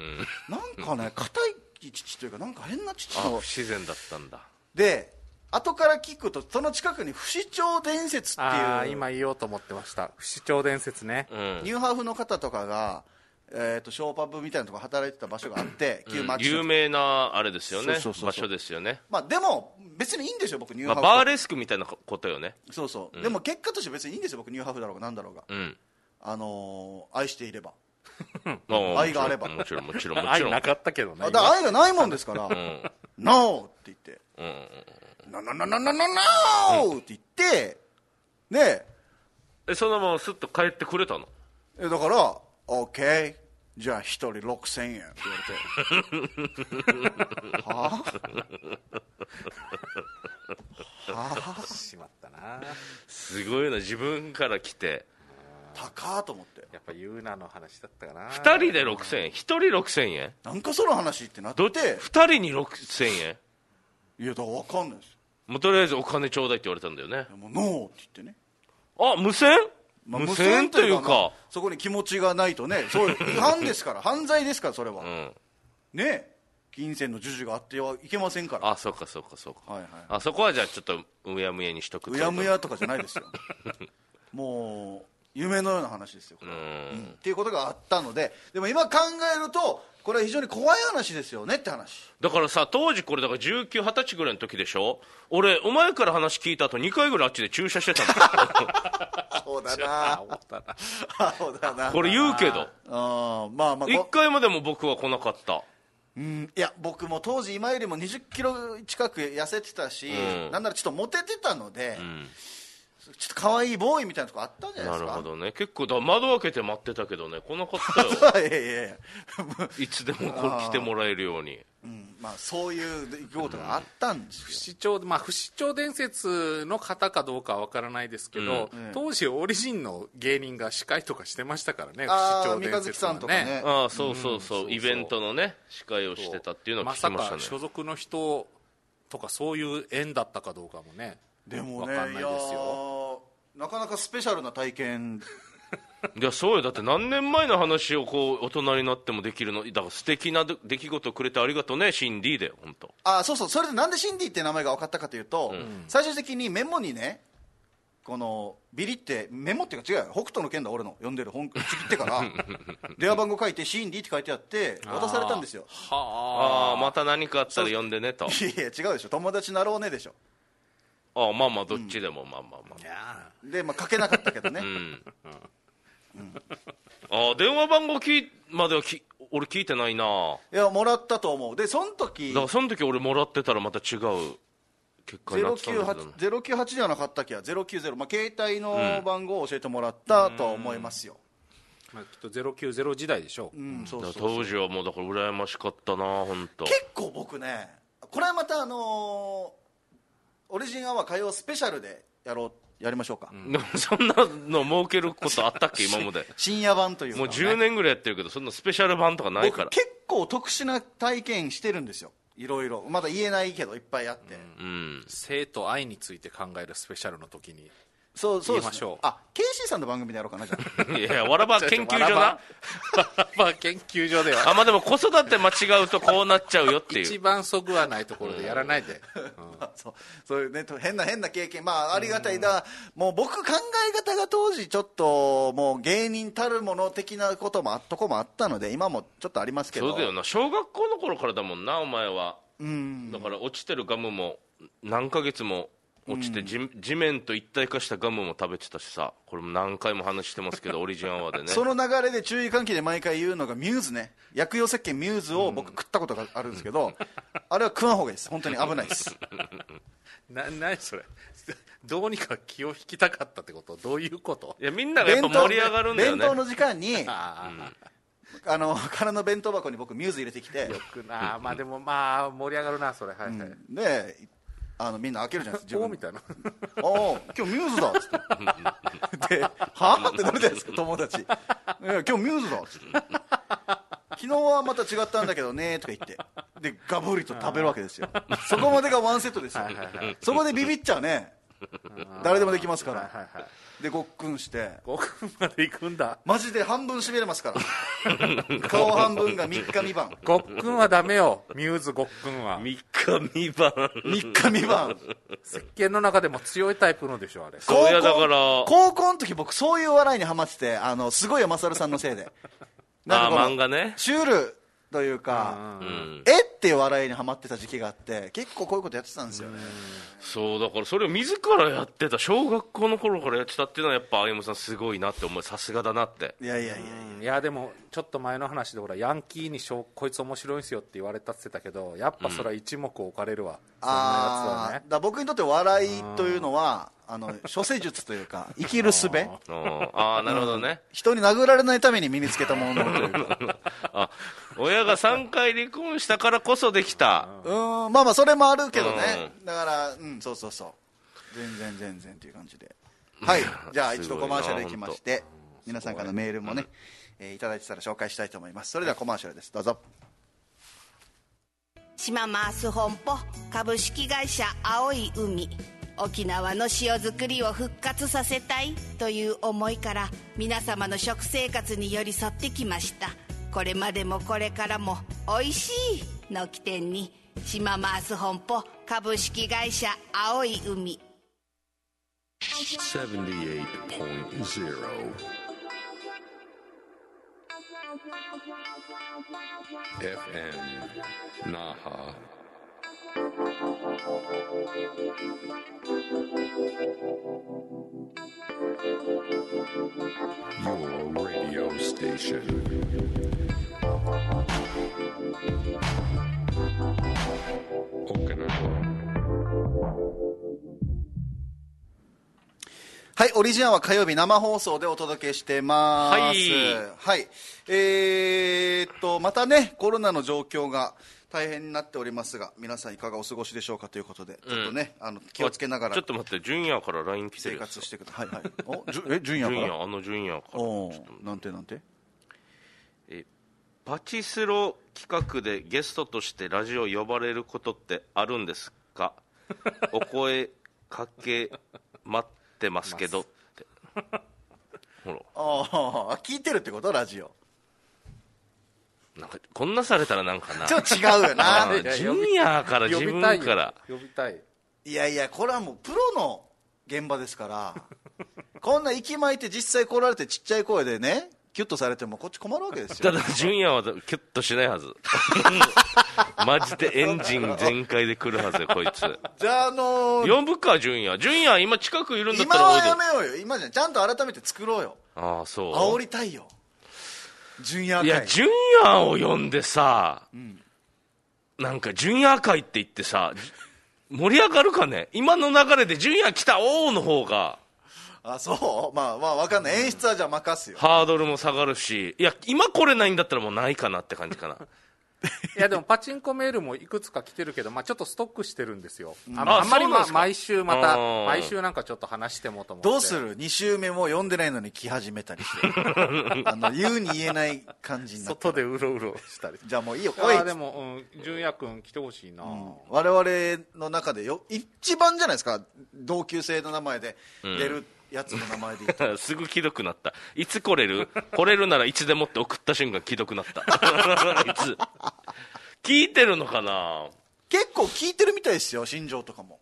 Speaker 1: なん かね硬い父というかなんか変な父
Speaker 2: あ不
Speaker 1: の
Speaker 2: 自然だったんだ
Speaker 1: で後から聞くとその近くに不死鳥伝説って
Speaker 3: ああ
Speaker 1: いう
Speaker 3: 今言おうと思ってました不死鳥伝説ね、
Speaker 2: うん
Speaker 1: ニューハーフの方とかが、えー、とショーパブみたいなところ働いてた場所があって、旧マーキション
Speaker 2: 有名なあれですよ
Speaker 1: そう
Speaker 2: ね
Speaker 1: そうそうそう
Speaker 2: 場所ですよね、
Speaker 1: まあ、でも別にいいんですよ僕ニュー
Speaker 2: ま
Speaker 1: ハー
Speaker 2: あ、
Speaker 1: フ、
Speaker 2: バーレスクみたいなことよね
Speaker 1: そうそう、でも結果として別にいいんですよ僕ニューハーフだろうが何だろうが、
Speaker 2: うん
Speaker 1: あのー愛していれば
Speaker 2: あ
Speaker 1: 愛があれば
Speaker 2: もちろんもちろんもち
Speaker 3: 愛
Speaker 2: ろん
Speaker 3: なかったけど
Speaker 1: あ
Speaker 3: ね
Speaker 1: だから愛がないもんですから
Speaker 2: うん
Speaker 1: 「NO!」って言って
Speaker 2: う
Speaker 1: 「
Speaker 2: ん
Speaker 1: NO!」NO NO NO NO って言ってで
Speaker 2: えそのまますっと帰ってくれたの
Speaker 1: えだから「OK じゃあ1人6000円」って 言われてはあはあ
Speaker 3: しまったな
Speaker 2: すごいな自分から来て
Speaker 1: 高ーと思って
Speaker 3: やっぱユーナの話だったかな
Speaker 2: 2人で6000円1人6000円
Speaker 1: なんかその話ってなって
Speaker 2: どっち2人に6000円
Speaker 1: いやだから分かんないです
Speaker 2: もうとりあえずお金ちょうだいって言われたんだよね
Speaker 1: でも「NO!」って言ってね
Speaker 2: あ無線、
Speaker 1: まあ
Speaker 2: 無線という
Speaker 1: ま
Speaker 2: か
Speaker 1: あ、そこに気持ちがない とね、そういう違反ですから、犯罪ですから、それは、
Speaker 2: うん、
Speaker 1: ね、金銭の授受があってはいけませんから、
Speaker 2: あそうかそうかそうか、
Speaker 1: はいはい
Speaker 2: あそこはじゃあちょっとうやむやにしとくと
Speaker 1: うやむやとかじゃないですよ、 もう夢のような話ですよ、これは
Speaker 2: うん
Speaker 1: うんっていうことがあったので、でも今考えると、これは非常に怖い話ですよねって 話、
Speaker 2: だからさ当時これだから1920歳ぐらいの時でしょ俺お前から話聞いた後2回ぐらいあっちで駐車してたんだ
Speaker 1: そうだ な、
Speaker 3: 思ったな
Speaker 1: そうだな、
Speaker 2: これ言うけど
Speaker 1: あーまあまあ、
Speaker 2: 1
Speaker 1: こ
Speaker 2: 回までも僕は来なかった
Speaker 1: うんいや、僕も当時、今よりも20キロ近く痩せてたし、
Speaker 2: うん
Speaker 1: なんならちょっとモテてたので。
Speaker 2: うん
Speaker 1: ちょっと可愛いボーイみたいなとこあったんじゃないで
Speaker 2: な
Speaker 1: す
Speaker 2: る
Speaker 1: か。
Speaker 2: ほどね結構だ窓開けて待ってたけどね来なか った よ
Speaker 1: いやいやいや、
Speaker 2: いつでもこう来てもらえるように
Speaker 1: うん、まあそういう出来事があったんですよ
Speaker 3: 不。死鳥まあ不死鳥伝説の方かどうかは分からないですけど、
Speaker 1: うんうん
Speaker 3: 当時オリジンの芸人が司会とかしてましたからね不
Speaker 1: あ
Speaker 3: 死
Speaker 1: あ、
Speaker 3: 鳥
Speaker 1: 三
Speaker 3: 伝
Speaker 1: 日月
Speaker 3: 説
Speaker 1: さ
Speaker 3: は
Speaker 1: んとかね。
Speaker 2: ああそうそうそう,、
Speaker 3: うんそうそう
Speaker 2: イベントのね司会をしてたっていうのは
Speaker 3: ま
Speaker 2: 聞き
Speaker 3: さ
Speaker 2: ました
Speaker 3: か
Speaker 2: ね
Speaker 3: 所属の人とかそういう縁だったかどうかもね
Speaker 1: でも
Speaker 3: 分
Speaker 1: ね、
Speaker 3: かんないいで
Speaker 1: や
Speaker 3: すよ
Speaker 1: ーなかなかスペシャルな体験。
Speaker 2: いやそうよだって何年前の話をこう大人になってもできるのだから素敵な出来事をくれてありがとうねシンディで本当
Speaker 1: あーそうそう。それでなんでシンディって名前が分かったかというと、最終的にメモにね。このビリってメモっていうか違うよ北斗の拳だ俺の読んでる本ちぎってから電話番号書いて「シンディ」って書いてあって渡されたんですよ
Speaker 2: ああ
Speaker 3: は
Speaker 2: また何かあったら呼んでねと
Speaker 1: いやいや違うでしょ友達なろうねでしょ
Speaker 2: ああまあまあどっちでも、まあまあま
Speaker 3: あいや
Speaker 1: でまあ書けなかったけどね、
Speaker 2: あああ電話番号聞いまではき俺聞いてないない
Speaker 1: やもらったと思うでその時
Speaker 2: だからその時俺もらってたらまた違う結果になってたんだけどな
Speaker 1: 098 098ではなかったっけや090、まあ、携帯の番号を教えてもらったとは思いますよ、
Speaker 3: ーまあ、きっと090時代でしょう、
Speaker 1: うんそう
Speaker 2: だ
Speaker 1: そう
Speaker 2: から当時はもうだから羨ましかったな本当
Speaker 1: 結構僕ねこれはまたあのーオリジンアワー火曜スペシャルでやろうやりましょうか、
Speaker 2: でもそんなの儲けることあ ったっけ今まで
Speaker 1: 深夜版というか
Speaker 2: もう10年ぐらいやってるけどそんなスペシャル版とかない
Speaker 1: 僕
Speaker 2: から
Speaker 1: 結構特殊な体験してるんですよいろいろまだ言えないけどいっぱいあって、
Speaker 2: うん
Speaker 3: 性と愛について考えるスペシャルの時に
Speaker 1: そうそうです、ね、
Speaker 3: 言いましょう
Speaker 1: あケイシーさんの番組でやろうかなじゃあ
Speaker 2: いやいやわらば研究所な
Speaker 3: まあ研究所では
Speaker 2: あまあでも子育て間違うとこうなっちゃうよってい
Speaker 3: 一
Speaker 2: う
Speaker 3: 番そぐわないところでやらないで、
Speaker 1: まあそうそういうねと変な変な経験まあありがたいだもう僕考え方が当時ちょっともう芸人たるもの的なこともあっとこもあったので今もちょっとありますけど
Speaker 2: そうだよな小学校の頃からだもんなお前は
Speaker 1: うん
Speaker 2: だから落ちてるガムも何ヶ月も落ちて地,、地面と一体化したガムも食べてたしさこれも何回も話してますけ どオリジンアワーでね
Speaker 1: その流れで注意喚起で毎回言うのがミューズね薬用石鹸ミューズを僕食ったことがあるんですけど、あれは食わん方がいいです本当に危 ないです
Speaker 3: な何それどうにか気を引きたかったってことどういうこと
Speaker 2: いやみんながやっぱ盛り上がるんだよ
Speaker 1: 弁当
Speaker 2: ね
Speaker 1: の時間に
Speaker 3: ああ、
Speaker 1: あの空の弁当箱に僕ミューズ入れてきて
Speaker 3: よくなあまあでもまあ盛り上がるなそれはいはい、
Speaker 1: であのみんな開けるじゃないですか
Speaker 3: こう
Speaker 1: 自
Speaker 3: みたいな
Speaker 1: 分おお今日ミューズだっつってではあってなるじゃないですか友達いや今日ミューズだっつって昨日はまた違ったんだけどねとか言ってでガブリと食べるわけですよそこまでがワンセットですよ
Speaker 3: はいはいはい
Speaker 1: そこでビビっちゃうね誰でもできますか
Speaker 3: はい
Speaker 1: ら
Speaker 3: はいはい
Speaker 1: でごっくんして
Speaker 3: ここまで行くんだ
Speaker 1: マジで半分しびれますから 顔半分が3日三晩
Speaker 3: ごっくんはダメよミューズごっくんは
Speaker 2: 三日三晩
Speaker 1: 3日三晩
Speaker 3: 石鹸の中でも強いタイプのでしょあれ
Speaker 2: そういやだから
Speaker 1: 高校の時僕そういう笑いにハマっててあのすごいよマサルさんのせいで
Speaker 2: ああ
Speaker 1: この
Speaker 2: 漫画ね
Speaker 1: シュールというか、
Speaker 2: うん
Speaker 1: えっていう笑いにハマってた時期があって結構こういうことやってたんですよね、
Speaker 2: そうだからそれを自らやってた小学校の頃からやってたっていうのはやっぱ歩夢さんすごいなって思うさすがだなって
Speaker 1: いやいやいや、
Speaker 3: うんいやでもちょっと前の話でほらヤンキーにしょこいつ面白いんすよって言われたって言ってたけどやっぱそれは一目置かれるわ、そん
Speaker 1: あ
Speaker 3: な
Speaker 1: あ
Speaker 3: や
Speaker 1: だ
Speaker 3: つは
Speaker 1: か
Speaker 3: ね
Speaker 1: ら僕にとって笑いというのはあ の処世術というか生きる術
Speaker 2: うんああなるほどね、
Speaker 1: 人に殴られないために身につけたものと いうか
Speaker 2: あ親が3回離婚したからこそできた
Speaker 1: うーんまあまあそれもあるけどね、だからうんそうそうそう全然全然という感じではいじゃあ一度コマーシャルいきまして皆さんからのメールもね、えーいただいてたら紹介したいと思いますそれではコマーシャルですどうぞ
Speaker 4: 島マース本舗株式会社青い海沖縄の塩作りを復活させたいという思いから皆様の食生活に寄り添ってきましたこれまでもこれからも「おいしい」の起点に島マース本舗株式会社青い海
Speaker 5: 78.0 FM Naha.
Speaker 1: はい、オリジナルは火曜日生放送でお届けしてます。
Speaker 2: はい
Speaker 1: はいえーっと、またね、コロナの状況が大変になっておりますが、皆さんいかがお過ごしでしょうかということで、ちょっとね、あの、気をつけなが
Speaker 2: ちょ
Speaker 1: ら
Speaker 2: っと待ってジュニアから LINE 来てる
Speaker 1: 生
Speaker 2: よ
Speaker 1: 活し
Speaker 2: ジ
Speaker 1: てください。 はい、はい。お、じゅえ、純
Speaker 2: ュ
Speaker 1: 也か
Speaker 2: ニ
Speaker 1: ら
Speaker 2: アあのジュニアから
Speaker 1: おーなんてなんて
Speaker 2: パチスロ企画でゲストとしてラジオ呼ばれることってあるんですかお声かけ待ってますけどってほら
Speaker 1: ああ、聞いてるってことラジオ。
Speaker 2: なんかこんなされたらなんかな
Speaker 1: ちょっと違うよな
Speaker 2: あ。ージュニアから自
Speaker 3: 呼
Speaker 2: 分
Speaker 3: びたいよ
Speaker 2: から
Speaker 3: 呼びたい
Speaker 1: いやいや、これはもうプロの現場です から、こんな息巻いて実際来られてちっちゃい声でね、キュッとされてもこっち困るわけです
Speaker 2: た
Speaker 1: よ。
Speaker 2: だ、純也はキュッとしない はず。マジでエンジン全開で来るはずよ、こいつ。
Speaker 1: じゃあ、あのー
Speaker 2: 呼ぶか、純也。純也、今近くいるんだった
Speaker 1: 今
Speaker 2: らおい
Speaker 1: は
Speaker 2: で
Speaker 1: やめようよ。今じゃんちゃんと改めて作ろうよ。
Speaker 2: ああ、そ
Speaker 1: 煽りたいよ。純也
Speaker 2: う。
Speaker 1: 会。
Speaker 2: いや、純也を呼んでさ、なんか、純也会って言ってさ、盛り上がるかね今の流れで純也来た王の方が、
Speaker 1: あ、そうまあまあ、わかんない。演出はじゃあ任すよ。
Speaker 2: ハードルも下がるし、いや、今来れないんだったらもうないかなって感じかな。
Speaker 3: いやでもパチンコメールもいくつか来てるけど、まあ、ちょっとストックしてるんですよ、あ
Speaker 2: あ
Speaker 3: あんまり、
Speaker 2: そうなん
Speaker 3: ま
Speaker 2: ですか
Speaker 3: 毎週また
Speaker 2: うん
Speaker 3: 毎週なんかちょっと話してもと思って
Speaker 1: どうする ?2 週目も読んでないのに来始めたりして。あの、言うに言えない感じになって。
Speaker 3: 外でうろうろしたり
Speaker 1: じゃあもういいよ、
Speaker 3: あ
Speaker 1: 来いっつっ
Speaker 3: ー
Speaker 1: て
Speaker 3: でも、うん、純也君来てほしいな、
Speaker 1: 我々の中でよ一番じゃないですか同級生の名前で出るやつの名前で言ったら、
Speaker 2: すぐ既読なった。いつ来れる来れるならいつでもって送った瞬間既読なった。 いつ。聞いてるのかな
Speaker 1: 結構聞いてるみたいですよ新庄とかも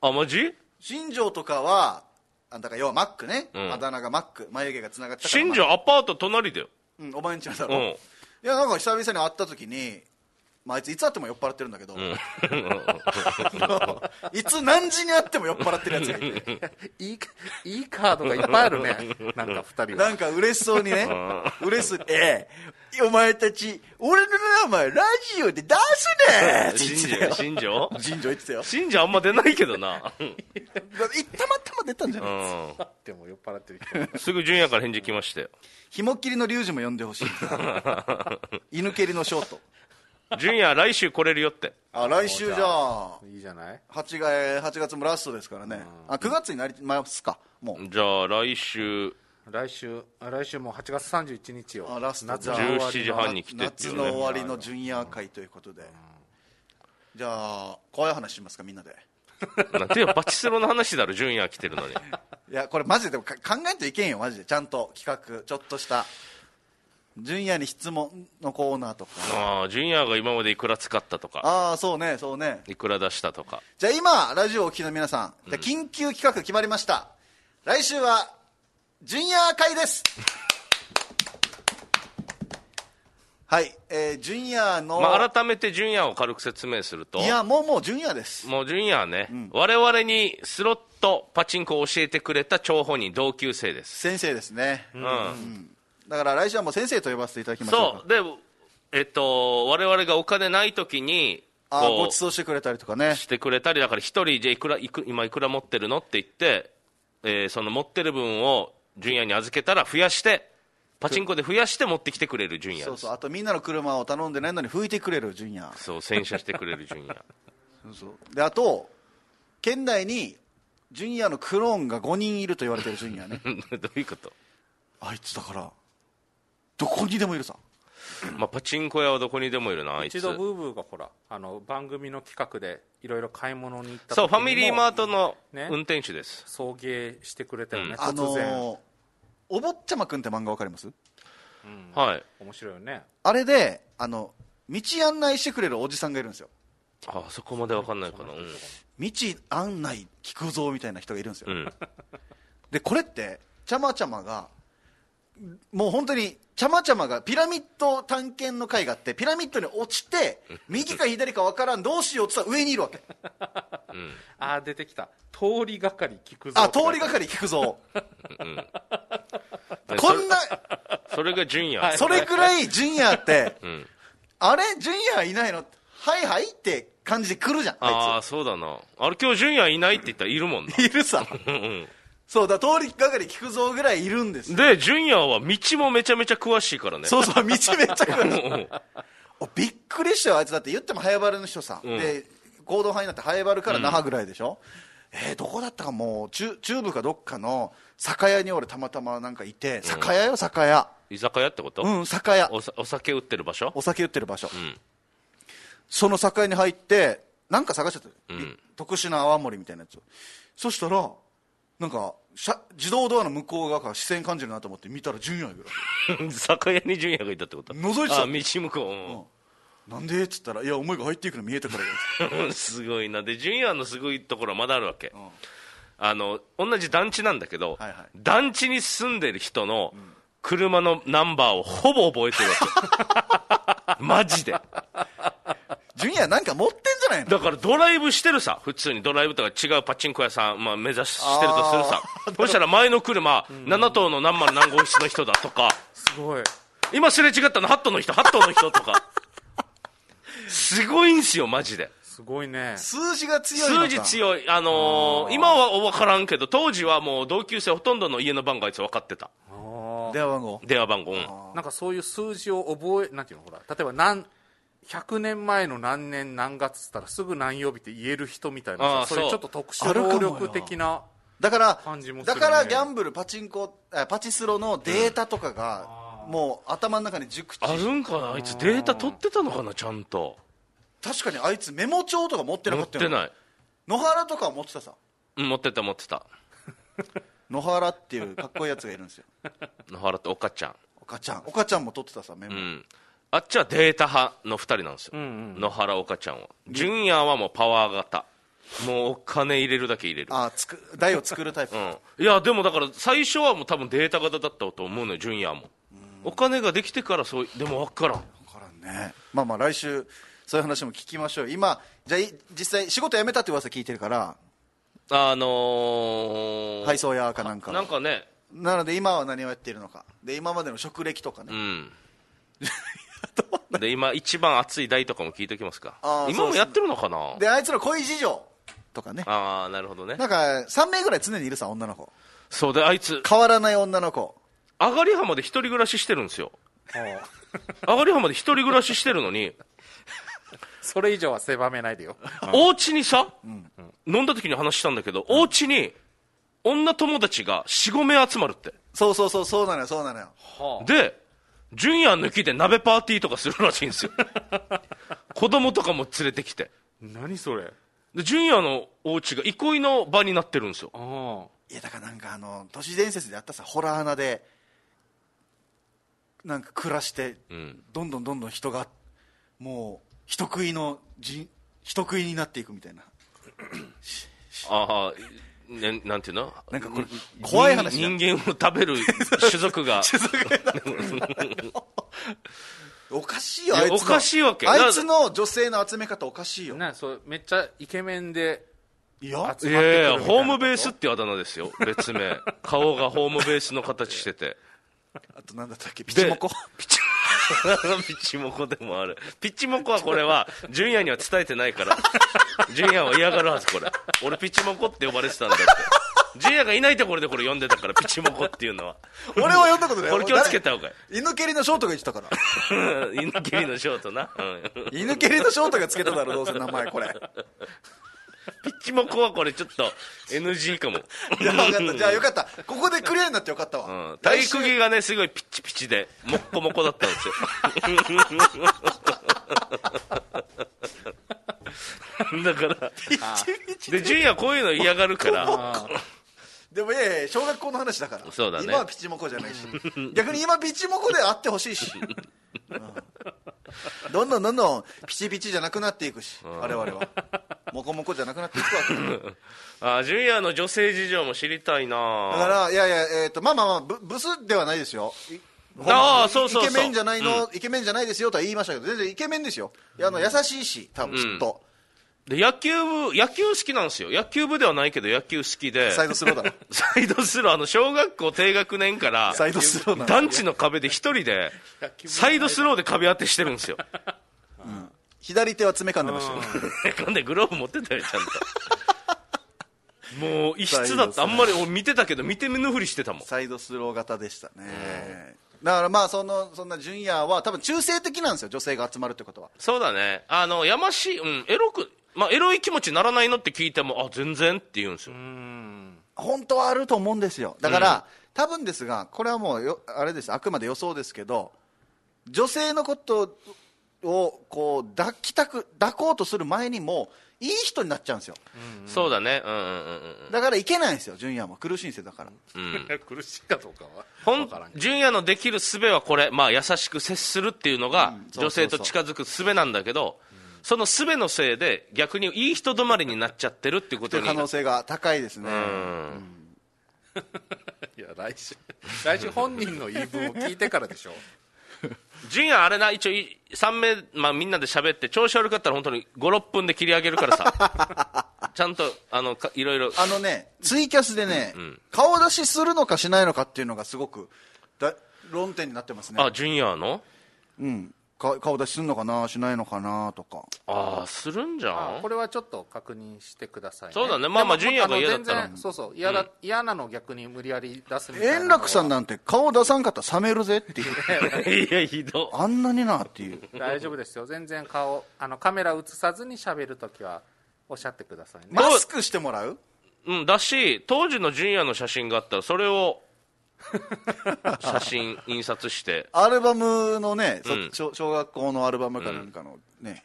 Speaker 2: あ、マジ
Speaker 1: 新庄とかはあだから要はマックね、
Speaker 2: ん
Speaker 1: あだ名がマック眉毛がつながったから
Speaker 2: 新
Speaker 1: マッ
Speaker 2: 庄アパート隣だよ。
Speaker 1: クうんお前んちのだ
Speaker 2: う
Speaker 1: ろ、
Speaker 2: ん
Speaker 1: い。やなんか久々に会った時にまあ、あいついつ会っても酔っ払ってるんだけど、
Speaker 2: う
Speaker 1: いつ何時に会っても酔っ払ってるやつがいて
Speaker 3: いいいいカードがいっぱいあるねなんか2人は
Speaker 1: なんか嬉しそうにね嬉しそうに「ええお前たち俺の名前ラジオで出すね」って言ってた
Speaker 2: ん
Speaker 1: よ
Speaker 2: 新庄
Speaker 1: 尋常言ってたよ
Speaker 2: 新庄あんま出ないけど な、
Speaker 1: だからいたまたま出たんじゃ
Speaker 2: う
Speaker 1: ない、
Speaker 2: ん、
Speaker 3: でも酔っ払ってる人
Speaker 2: すぐ純也から返事来ましたよ
Speaker 1: 紐切りの龍二も呼んでほし い犬蹴りのショート
Speaker 2: 純也来週来れるよって
Speaker 1: あ来週じゃあ
Speaker 3: いいじゃない
Speaker 1: 8月 ,8 月もラストですからねあ9月になりますかもう
Speaker 2: じゃあ来週
Speaker 3: 来週あ来週もう8月31日よ
Speaker 1: あラスト
Speaker 3: 夏
Speaker 1: じゃあ
Speaker 3: 終
Speaker 2: 17
Speaker 3: わり
Speaker 2: 時
Speaker 3: の
Speaker 2: 半に来てってい
Speaker 1: 夏
Speaker 2: う
Speaker 1: の終
Speaker 2: ね
Speaker 1: わりのジュニア会ということで、じゃあ怖い話しますかみんなで
Speaker 2: なんてよバチスロの話だろ純也来てるのに
Speaker 1: いやこれマジででもか考えんといけんよマジでちゃんと企画ちょっとした純也に質問のコーナーとか
Speaker 2: ああ純也が今までいくら使ったとか
Speaker 1: ああそうねそうね
Speaker 2: いくら出したとか
Speaker 1: じゃあ今ラジオをお聞きの皆さんじゃあ緊急企画決まりました、来週はジュニア会ですはい、えー、ジュニアの、
Speaker 2: まあ、改めて純也を軽く説明すると
Speaker 1: いやもうもうジュニアです
Speaker 2: もう純也はね、我々にスロットパチンコを教えてくれた張本人同級生です、
Speaker 1: 先生ですね、
Speaker 2: うん
Speaker 1: だから来週はもう先生と呼ばせていただきましょうか
Speaker 2: そうでえっと我々がお金ない時に
Speaker 1: あー
Speaker 2: こ
Speaker 1: ご
Speaker 2: う
Speaker 1: ちそうしてくれたりとかね
Speaker 2: してくれたりだから一人じゃあいくらいく今いくら持ってるのって言って、えーその持ってる分を純也に預けたら増やしてパチンコで増やして持ってきてくれる純也
Speaker 1: そ
Speaker 2: で
Speaker 1: う
Speaker 2: す
Speaker 1: そうあとみんなの車を頼んでないのに拭いてくれるジュニア
Speaker 2: そう洗車してくれる純也
Speaker 1: であと県内にジュニアのクローンが5人いると言われてるジュニ アね
Speaker 2: どういうこと、
Speaker 1: あいつだからどこにでもいるさ
Speaker 2: まあ、パチンコ屋はどこにでもいるなあいつ
Speaker 3: 一度ブーブーがほらあの番組の企画でいろいろ買い物に行った時に
Speaker 2: そう
Speaker 3: も
Speaker 2: ファミリーマートの
Speaker 3: ね
Speaker 2: 運転手です、
Speaker 3: 送迎してくれたよ
Speaker 2: う
Speaker 3: ね、
Speaker 2: ん
Speaker 1: あ
Speaker 3: 突然、
Speaker 1: のーお坊ちゃまくんって漫画わかります
Speaker 2: はい
Speaker 3: 面白いよね
Speaker 1: あれであの道案内してくれるおじさんがいるんですよ
Speaker 2: あそこまでわかんないかなうん、
Speaker 1: 道案内聞くぞみたいな人がいるんですよ、
Speaker 2: うん、
Speaker 1: でこれってちゃまちゃまがもう本当にちゃまちゃまがピラミッド探検の会があってピラミッドに落ちて右か左か分からんどうしようって言ったら上にいる わけ
Speaker 3: ああ出てきた通りがかり聞くぞ
Speaker 1: あ通りがかり聞くぞ
Speaker 2: で
Speaker 1: こんな
Speaker 2: それそれが純也、
Speaker 1: それくらいジュニアって
Speaker 2: うん、
Speaker 1: あれジュニアいないのはいはいって感じで来るじゃん
Speaker 2: あ
Speaker 1: あ
Speaker 2: あそうだなあれ今日純也いないって言ったらいるもんない
Speaker 1: ついるさそうだ通りがかり聞くぞぐらいいるんですよ
Speaker 2: で純也は道もめちゃめちゃ詳しいからね
Speaker 1: そうそう道めっちゃ詳しい
Speaker 2: うん
Speaker 1: おびっくりしたよあいつだって言っても早原の人さ、
Speaker 2: ん
Speaker 1: で行動範囲になって早原から那覇ぐらいでしょ、えーどこだったかもう中中部かどっかの酒屋に俺たまたまなんかいて酒屋よ酒屋
Speaker 2: 居酒屋ってこと、
Speaker 1: うん、酒屋
Speaker 2: おさお酒売ってる場所
Speaker 1: お酒売ってる場所、
Speaker 2: ん
Speaker 1: その酒屋に入ってなんか探しちゃった、
Speaker 2: ん
Speaker 1: 特殊な泡盛みたいなやつそしたらなんかしゃ自動ドアの向こう側から視線感じるなと思って見たら純也ぐらい
Speaker 2: 酒屋に純也がいたってこと
Speaker 1: 覗いてた
Speaker 2: あ道向こ
Speaker 1: なんでっつったらいやお前が入っていくの見えたからよ
Speaker 2: う、うん すごいなで純也のすごいところはまだあるわけ、あの同じ団地なんだけど、
Speaker 1: はいはい
Speaker 2: 団地に住んでる人の車のナンバーをほぼ覚えてる わけマジで
Speaker 1: 純也なんか持ってんじゃないの
Speaker 2: だからドライブしてるさ普通にドライブとか違うパチンコ屋さん、まあ、目指してるとするさそしたら前の車7頭の何丸何号室の人だとか
Speaker 3: すごい
Speaker 2: 今すれ違ったの8頭の人8頭の人とかすごいんすよマジです
Speaker 3: ごいね
Speaker 1: 数字が強いの
Speaker 2: 数
Speaker 1: か
Speaker 2: 字強いあのー今は分からんけど当時はもう同級生ほとんどの家の番号あいつ分かってた
Speaker 1: 電話番号
Speaker 2: 電話番号うん
Speaker 3: なんかそういう数字を覚えなんていうのほら例えば何100年前の何年何月っつったらすぐ何曜日って言える人みたいな
Speaker 2: あー
Speaker 3: さそれ
Speaker 2: そう
Speaker 3: ちょっと特
Speaker 1: あ
Speaker 3: 殊
Speaker 1: るかも
Speaker 3: 能
Speaker 1: よ
Speaker 3: 力的な
Speaker 1: だから
Speaker 3: 感じもする
Speaker 1: だ
Speaker 3: ね
Speaker 1: からギャンブルパチンコあパチスロのデータとかが、もう頭の中に熟知
Speaker 2: あるんかなあいつデータ取ってたのかなちゃんと
Speaker 1: 確かにあいつメモ帳とか持ってな
Speaker 2: 持
Speaker 1: か
Speaker 2: っ
Speaker 1: ったよ
Speaker 2: てない
Speaker 1: 野原とかは持ってたさ
Speaker 2: うん持ってた持ってた
Speaker 1: 野原っていうかっこいいやつがいるんですよ
Speaker 2: 野原と岡ちゃん
Speaker 1: おかちゃんおかちゃんも取ってたさメモ、
Speaker 2: うん、あっちはデータ派の2人なんですよ、野原岡ちゃんは純也はもうパワー型もうお金入れるだけ入れる、
Speaker 1: あつく台を作るタイプ、
Speaker 2: うん、いやでもだから最初はもう多分データ型だったと思うのよ純也もお金ができてからそうでも分からん
Speaker 1: 分からんねまあまあ来週そういう話も聞きましょう今じゃあい実際仕事辞めたって噂聞いてるから
Speaker 2: あのー、
Speaker 1: 配送屋かなんか
Speaker 2: なんかね
Speaker 1: なので今は何をやっているのかで今までの職歴とかね、
Speaker 2: うんで今一番熱い台とかも聞いておきますか
Speaker 1: あー
Speaker 2: 今
Speaker 1: そうっ
Speaker 2: も
Speaker 1: す
Speaker 2: やってるのかな
Speaker 1: であいつの恋事情とかね
Speaker 2: ああなるほどね
Speaker 1: なんか3名ぐらい常にいるさ女の子
Speaker 2: そうであいつ
Speaker 1: 変わらない女の子
Speaker 2: 上がり浜で一人暮らししてるんですよ 上がり浜で一人暮らししてるのに
Speaker 3: それ以上は狭めないでよ
Speaker 2: お家にさ、飲んだ時に話したんだけど、お家に女友達が45名集まるって
Speaker 1: そうそうそうそうなのよそうなのよ
Speaker 2: で純也抜きで鍋パーティーとかするらしいんです よ子供とかも連れてきて
Speaker 3: 何それ
Speaker 2: で純也のお家が憩いの場になってるんですよ
Speaker 3: あ
Speaker 1: いやだからなんかあの都市伝説であったさホラー穴でなんか暮らして、
Speaker 2: ん
Speaker 1: どんどんどんどん人がもう人食いの人人食いになっていくみたいな
Speaker 2: ああ、ね、なんていうの
Speaker 1: なんかこれ怖い話だ
Speaker 2: 人人間を食べる 種族が
Speaker 1: おかしいよ
Speaker 2: い
Speaker 1: あ
Speaker 2: や
Speaker 1: いつの
Speaker 2: おかしいわけ
Speaker 1: あいつの女性の集め方おかしい
Speaker 3: あ
Speaker 1: よ
Speaker 3: なそうめっちゃイケメンで
Speaker 1: いや
Speaker 3: 集
Speaker 2: い
Speaker 3: まってくるみたい
Speaker 2: や
Speaker 3: ない
Speaker 2: やホームベースっていうあだ名ですよ別名顔がホームベースの形してて
Speaker 1: あとなんだったっけピチモコ
Speaker 2: ピチピチモコでもあるピチモコはこれは純也には伝えてないから純也は嫌がるはずこれ俺ピチモコって呼ばれてたんだって純也がいないところでこれ呼んでたからピチモコっていうのは
Speaker 1: 俺は呼んだことない
Speaker 2: これ気をつけた方がいい
Speaker 1: 俺犬蹴りのショートが言ってたから
Speaker 2: 犬切りのショートな、うん
Speaker 1: 犬蹴りのショートがつけただ ろどうせ名前これ
Speaker 2: ピッチモコはこれちょっと NG かも、
Speaker 1: いや分かったじゃあよかったここでクリアになってよかった
Speaker 2: う
Speaker 1: わ、
Speaker 2: ん、体育着がねすごいピッチピチでモッコモコだったんですよ だからで純也はこういうの嫌がるから
Speaker 1: でもいやいや小学校の話だから
Speaker 2: そうだね
Speaker 1: 今はピチモコじゃないし逆に今ピチモコであってほしいし、うんどんどんどんどんピチピチじゃなくなっていくし我々はモコモコじゃなくなっていくわけだか
Speaker 2: あ純也の女性事情も知りたいな
Speaker 1: らいやいや、えー、とまあまあまあブブスではないですよい
Speaker 2: ああそうそうそう
Speaker 1: イケメンじゃないの、イケメンじゃないですよとは言いましたけど全然イケメンですよいやあの優しいし多分きっと、
Speaker 2: で野球部野球好きなんですよ野球部ではないけど野球好きで
Speaker 1: サイドスロー だろ
Speaker 2: サイドスローあの小学校低学年から
Speaker 1: サイドスローなの
Speaker 2: 団地の壁で一人でサイドスローで壁当てしてるんですよ
Speaker 1: 左手は爪噛んでましたよ
Speaker 2: なんでグローブ持ってたよちゃんともう異質だったあんまり俺見てたけど見て見ぬふりしてたもん
Speaker 1: サイドスロー型でしたね、だからまあそのそんなジュニアは多分中性的なんですよ女性が集まるってことは
Speaker 2: そうだねあのやましい、うん、エロくまあエロい気持ちならないのって聞いてもあ全然って言うんですよ
Speaker 1: 本当はあると思うんですよだから、多分ですがこれはもうよあれですあくまで予想ですけど女性のことをこう抱きたく抱こうとする前にもういい人になっちゃうんですよ
Speaker 2: そうだねうんうんうんうん
Speaker 1: だからいけないんですよジュニアも苦しいんですよだから、
Speaker 3: 苦しいかどうかは
Speaker 2: ほん
Speaker 3: 分からんけど
Speaker 2: 純也のできる術はこれ、まあ、優しく接するっていうのが
Speaker 1: うんそうそう
Speaker 2: 女
Speaker 1: そう
Speaker 2: 性と近づく術なんだけど、その術のせいで逆にいい人止まりになっちゃってるってこと
Speaker 1: という
Speaker 2: に
Speaker 1: 可能性が高いですね、
Speaker 2: うん
Speaker 3: いや来週来週本人の言い分を聞いてからでしょ
Speaker 2: 純也あれな一応い三名、まあ、みんなで喋って調子悪かったら本当に56分で切り上げるからさちゃんとあのかいろいろ
Speaker 1: あのね、ツイキャスでね、
Speaker 2: ん
Speaker 1: 顔出しするのかしないのかっていうのがすごくだ論点になってますね。
Speaker 2: あ純也の
Speaker 1: うん。か顔出しするのかな、しないのかなとか。
Speaker 2: ああするんじゃ
Speaker 3: あ
Speaker 2: ん
Speaker 3: これはちょっと確認してください、ね、
Speaker 2: そうだねまあまあ
Speaker 3: でも
Speaker 2: ジュニアが嫌だったら
Speaker 3: あの全然そうそう嫌だ、嫌なの逆に無理やり出すみたいな
Speaker 1: 円楽さん
Speaker 3: だ
Speaker 1: なんて顔出さんかったら冷めるぜっていう。
Speaker 2: いやひど
Speaker 1: あんなになっていう。
Speaker 3: 大丈夫ですよ全然顔あのカメラ映さずに喋るときはおっしゃってくださいね、
Speaker 1: マスクしてもらう
Speaker 2: うんだし当時の純也の写真があったらそれを写真印刷して
Speaker 1: アルバムのね、そ
Speaker 2: うん
Speaker 1: 小小学校のアルバムかなんかのね。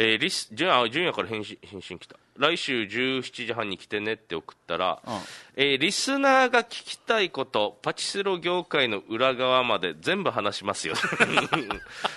Speaker 2: えー、リス、ジュン、あ、ジュンヤから返信、返信来た。来週17時半に来てねって送ったら、
Speaker 1: ん
Speaker 2: えーリスナーが聞きたいこと、パチスロ業界の裏側まで全部話しま すよ。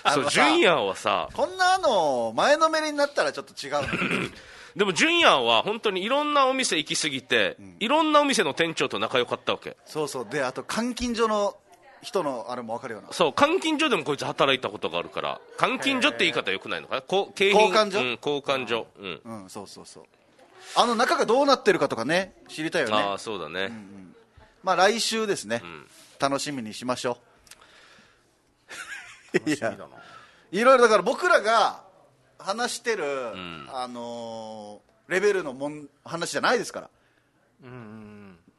Speaker 1: あ
Speaker 2: そ
Speaker 1: のさ
Speaker 2: う、ジュンヤはさ、
Speaker 1: こんなあの、前のめりになったらちょっと違う。
Speaker 2: でもジュンヤは本当にいろんなお店行きすぎて、いろんなお店の店長と仲良かったわけ。
Speaker 1: そうそう。で、あと監禁所の人のあれも分かるような
Speaker 2: そう監禁所でもこいつ働いたことがあるから監禁所って言い方よくないのかなこう景
Speaker 1: 交換所
Speaker 2: うん、交換所うん
Speaker 1: うんそうそうそうあの中がどうなってるかとかね知りたいよね
Speaker 2: ああそうだね、
Speaker 1: まあ来週ですね、楽しみにしましょういや
Speaker 3: だない
Speaker 1: ろいろだから僕らが話してる、あのーレベルのもん話じゃないですから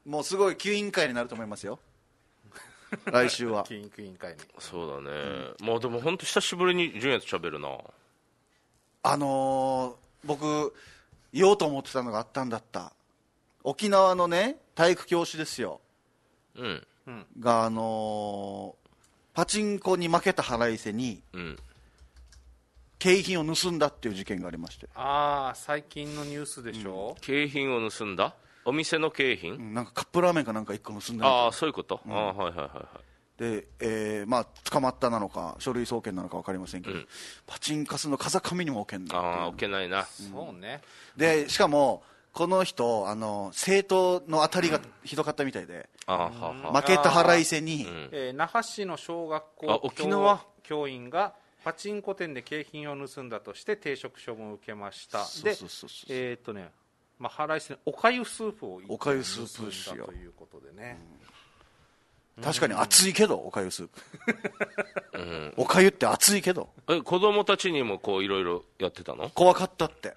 Speaker 1: もうすごい吸引会になると思いますよ来週は
Speaker 3: 筋肉委員会に
Speaker 2: そうだね、もうでも本当久しぶりに純也と喋るな
Speaker 1: あのー僕言おうと思ってたのがあったんだった沖縄のね体育教師ですよ
Speaker 2: うん
Speaker 1: があのーパチンコに負けた腹いせに
Speaker 2: うん
Speaker 1: 景品を盗んだっていう事件がありまして、
Speaker 3: ああ最近のニュースでしょ、
Speaker 2: 景品を盗んだお店の景品、
Speaker 1: うんなんかカップラーメンかなんか1個盗んだみたい
Speaker 2: ああそういうこと、ああはいはいはいはい
Speaker 1: で、えーまあ、捕まったなのか書類送検なのか分かりませんけど、パチンカスの風上にも置けんの
Speaker 2: ああ置けないな、
Speaker 3: そうね
Speaker 1: でしかもこの人あの政党の当たりがひどかったみたいで、
Speaker 2: ああはあはあ
Speaker 1: 負けた腹いせに、
Speaker 3: えー那覇市の小学校
Speaker 2: あ沖縄
Speaker 3: 教員がパチンコ店で景品を盗んだとして停職処分を受けましたで
Speaker 1: そうそうそうそう
Speaker 3: えーっとねまあ、腹いせにおかゆスープを一
Speaker 1: おかゆスープです
Speaker 3: 盗んだ
Speaker 1: よ
Speaker 3: ということでね、
Speaker 1: 確かに熱いけどおかゆスープ、おかゆって熱いけど
Speaker 2: え子供たちにもこういろいろやってたの
Speaker 1: 怖かったって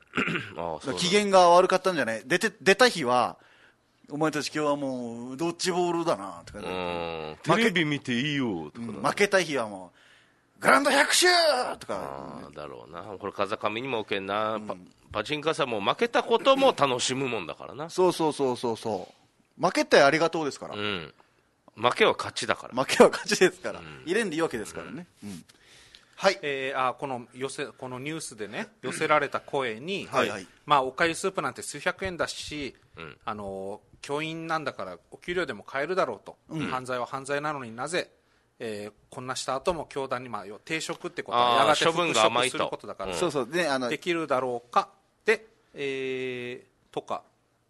Speaker 2: ああそうだ
Speaker 1: 機嫌が悪かったんじゃない出て出た日はお前たち今日はもうドッジボールだなとか、
Speaker 2: う
Speaker 1: ね
Speaker 2: ん
Speaker 1: 負け
Speaker 2: テレビ見ていいよとか、
Speaker 1: 負けた日はもうグランド100周とか
Speaker 2: ああだろうなこれ風上にも置けんな、パパチンカさんも負けたことも楽しむもんだからな
Speaker 1: そうそうそうそうそう負けてありがとうですから、
Speaker 2: うん負けは勝ちだから、
Speaker 1: 負けは勝ちですから、入れんでいいわけですからね、うんはい
Speaker 3: えーあーこの寄せこのニュースでね寄せられた声に、
Speaker 1: はいはい
Speaker 3: まあ、おかゆスープなんて数百円だし、あのー教員なんだからお給料でも買えるだろうと、犯罪は犯罪なのになぜ、えーこんなした後も教団に、まあ、要は停職ってことは
Speaker 2: あー
Speaker 3: やがて
Speaker 2: 処
Speaker 3: 復
Speaker 2: 分が甘
Speaker 3: 職
Speaker 2: い
Speaker 3: す
Speaker 2: と
Speaker 3: ることだから、
Speaker 1: そうそうねあの
Speaker 3: できるだろうかで、えーとか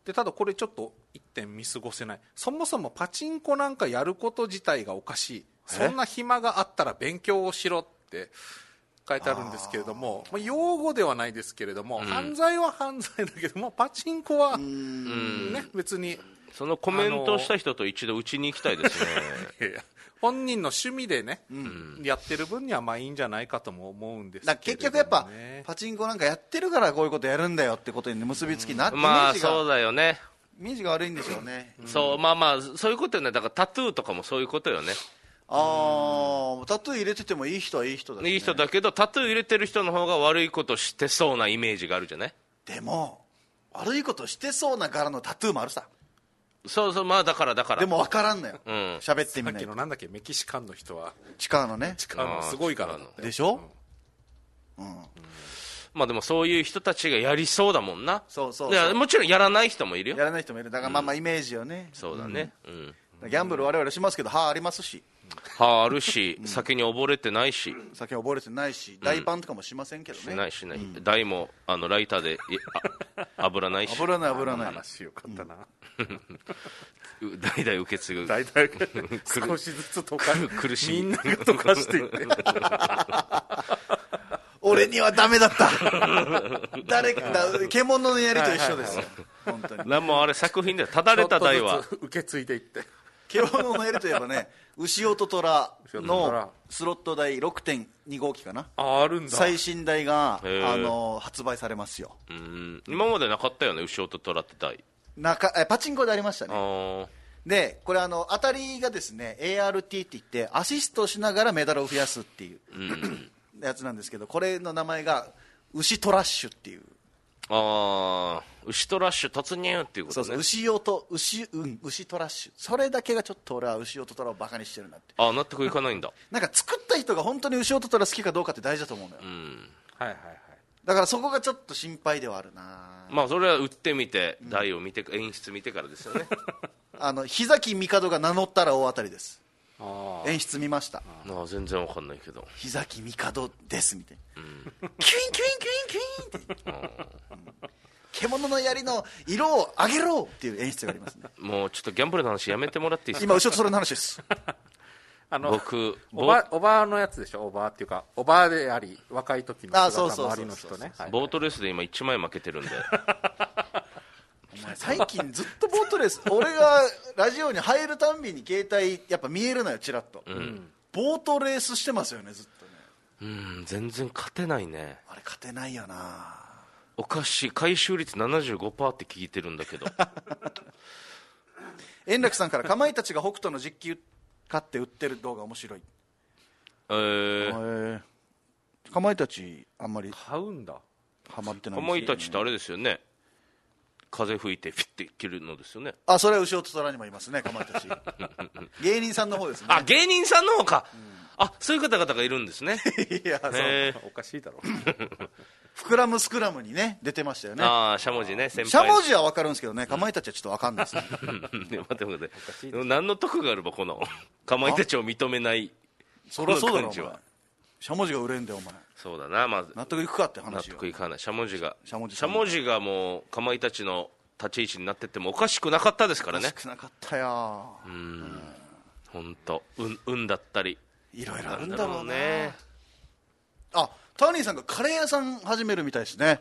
Speaker 3: でただこれちょっと一点見過ごせないそもそもパチンコなんかやること自体がおかしいそんな暇があったら勉強をしろって書いてあるんですけれどもまあ用語ではないですけれども、犯罪は犯罪だけどもパチンコは、ね、別に。
Speaker 2: そのコメントをした人と一度うちに行きたいですね
Speaker 3: いやいや本人の趣味でね、やってる分にはまあいいんじゃないかとも思うんですけ
Speaker 1: だから
Speaker 3: れど、ね、
Speaker 1: 結局やっぱ、パチンコなんかやってるからこういうことやるんだよってことに結びつきになって、イメ
Speaker 2: ま
Speaker 1: ー
Speaker 2: あ
Speaker 1: ジが、
Speaker 2: そうだよね
Speaker 1: イメージが悪いんでしょうね、
Speaker 2: そうまあまあそういうことよねだからタトゥーとかもそういうことよね
Speaker 1: ああタトゥー入れててもいい人はいい人だし、ね、
Speaker 2: いい人だけどタトゥー入れてる人の方が悪いことしてそうなイメージがあるじゃない
Speaker 1: でも悪いことしてそうな柄のタトゥーもあるさ
Speaker 2: そうそうまあだからだから
Speaker 1: でも分からんのよ
Speaker 2: ん
Speaker 1: 喋、ってみ
Speaker 3: さっ
Speaker 1: な
Speaker 3: き
Speaker 1: い
Speaker 3: のなんだっけメキシカンの人は
Speaker 1: 地下のね
Speaker 3: あのすごいからだって
Speaker 1: でしょ、
Speaker 2: まあでもそういう人たちがやりそうだもんな
Speaker 1: そうそうそう
Speaker 2: いやもちろんやらない人もいるよ
Speaker 1: やらない人もいるだからまあまあイメージをね、
Speaker 2: そうだねうん、
Speaker 1: ギャンブル我々しますけど歯ありますし
Speaker 2: 歯あるし酒に溺れてないし
Speaker 1: 酒溺れてないし大パンとかもしませんけど
Speaker 2: し
Speaker 1: ね、
Speaker 2: ないしない、台もあのライターでい あ油ないし
Speaker 1: 炙らない炙らない
Speaker 3: 話よかったな、
Speaker 2: う代々受け継ぐ
Speaker 3: 大体少しずつ溶か
Speaker 2: 苦しみ
Speaker 3: みんなが溶かして いって
Speaker 1: 俺にはダメだった 誰かだ獣の槍と一緒ですよ本当に
Speaker 2: なんもあれ作品でただれた台は
Speaker 3: ちょっとずつ受け継いでいって
Speaker 1: 獣の槍といえばね牛尾と虎
Speaker 3: 牛尾と虎
Speaker 1: のスロット台6.2号機かな
Speaker 3: ああるんだ
Speaker 1: 最新台が、
Speaker 2: へー
Speaker 1: あの発売されますよ
Speaker 2: うん今までなかったよね牛尾と虎って台
Speaker 1: 中えパチンコでありました
Speaker 2: あ
Speaker 1: ね
Speaker 2: ー
Speaker 1: でこれあの当たりがですね ART って言ってアシストしながらメダルを増やすっていう、やつなんですけどこれの名前が牛トラッシュっていう
Speaker 2: あー牛とラッシュ突入っていうこ
Speaker 1: そ
Speaker 2: と
Speaker 1: う
Speaker 2: ね
Speaker 1: そう牛尾と牛,、うん、牛トラッシュそれだけがちょっと俺は牛尾と虎をバカにしてるなって
Speaker 2: ああ納得いかないんだ
Speaker 1: なんか作った人が本当に牛尾と虎好きかどうかって大事だと思うのよ、
Speaker 3: はいはいはい
Speaker 1: だからそこがちょっと心配ではあるな
Speaker 2: まあそれは売ってみて台を見て演出見てからですよね
Speaker 1: あの日崎帝が名乗ったら大当たりです
Speaker 3: あ
Speaker 1: 演出見ました
Speaker 2: ああ全然わかんないけど
Speaker 1: 日崎帝ですみたいな、キュインキュインキュインキュインって、獣の槍の色を上げろっていう演出がありますね
Speaker 2: もうちょっとギャンブルの話やめてもらっていいですか
Speaker 1: 今後ろとそれの話です
Speaker 3: あの
Speaker 2: 僕
Speaker 3: おばおばのやつでしょおばっていうかおばであり若い時の
Speaker 1: あそ
Speaker 3: 人だ
Speaker 1: うそうそう
Speaker 3: 周りの人ねはい
Speaker 2: ボートレースで今1枚負けてるんで
Speaker 1: お前最近ずっとボートレース俺がラジオに入るたんびに携帯やっぱ見えるのよちらっと、ボートレースしてますよねずっとね
Speaker 2: うん全然勝てないね
Speaker 1: あれ勝てないよな
Speaker 2: おかしい回収率75%って聞いてるんだけど
Speaker 1: 円楽さんからかまいたちが北斗の実機買って売ってる動画面白い
Speaker 2: えー、
Speaker 1: へえかまいたちあんまり
Speaker 3: 買うんだ
Speaker 1: ハマってない
Speaker 2: かまいたちってあれですよね風吹いてフィッて切るのですよね
Speaker 1: あそれは牛尾と虎にもいますねかまいた ち芸人さんの方ですね
Speaker 2: あ芸人さんの方か、あそういう方々がいるんですね
Speaker 1: いやそう
Speaker 2: え
Speaker 3: おか しいだろ
Speaker 1: 膨らむスクラムにね出てましたよ
Speaker 2: ー、
Speaker 1: ね
Speaker 2: ああしゃもじね先輩
Speaker 1: しゃもじは分かるんですけどねかまいたちはちょっと分かんないですね
Speaker 2: うんで待って待ってでも何の得があればこのかまいたちを認めない
Speaker 1: そりゃそうだろお
Speaker 2: この感じ
Speaker 1: 前
Speaker 2: は
Speaker 1: しゃもじが売れんだよお前
Speaker 2: そうだなまず
Speaker 1: 納得いくかって
Speaker 2: 納
Speaker 1: 話よ
Speaker 2: 得いかないしゃもじが
Speaker 1: しゃもじ
Speaker 2: しゃもじがもうかまいたちの立ち位置になってってもおかしくなかったですからね
Speaker 1: 少なかったよ
Speaker 2: 本当うん運だったり
Speaker 1: いろいろあ
Speaker 2: な
Speaker 1: る
Speaker 2: ん
Speaker 1: ん
Speaker 2: だ
Speaker 1: だ
Speaker 2: ろ
Speaker 1: ろ
Speaker 2: う
Speaker 1: う
Speaker 2: ね
Speaker 1: ねあターニーさんがカレー屋さん始めるみたいですね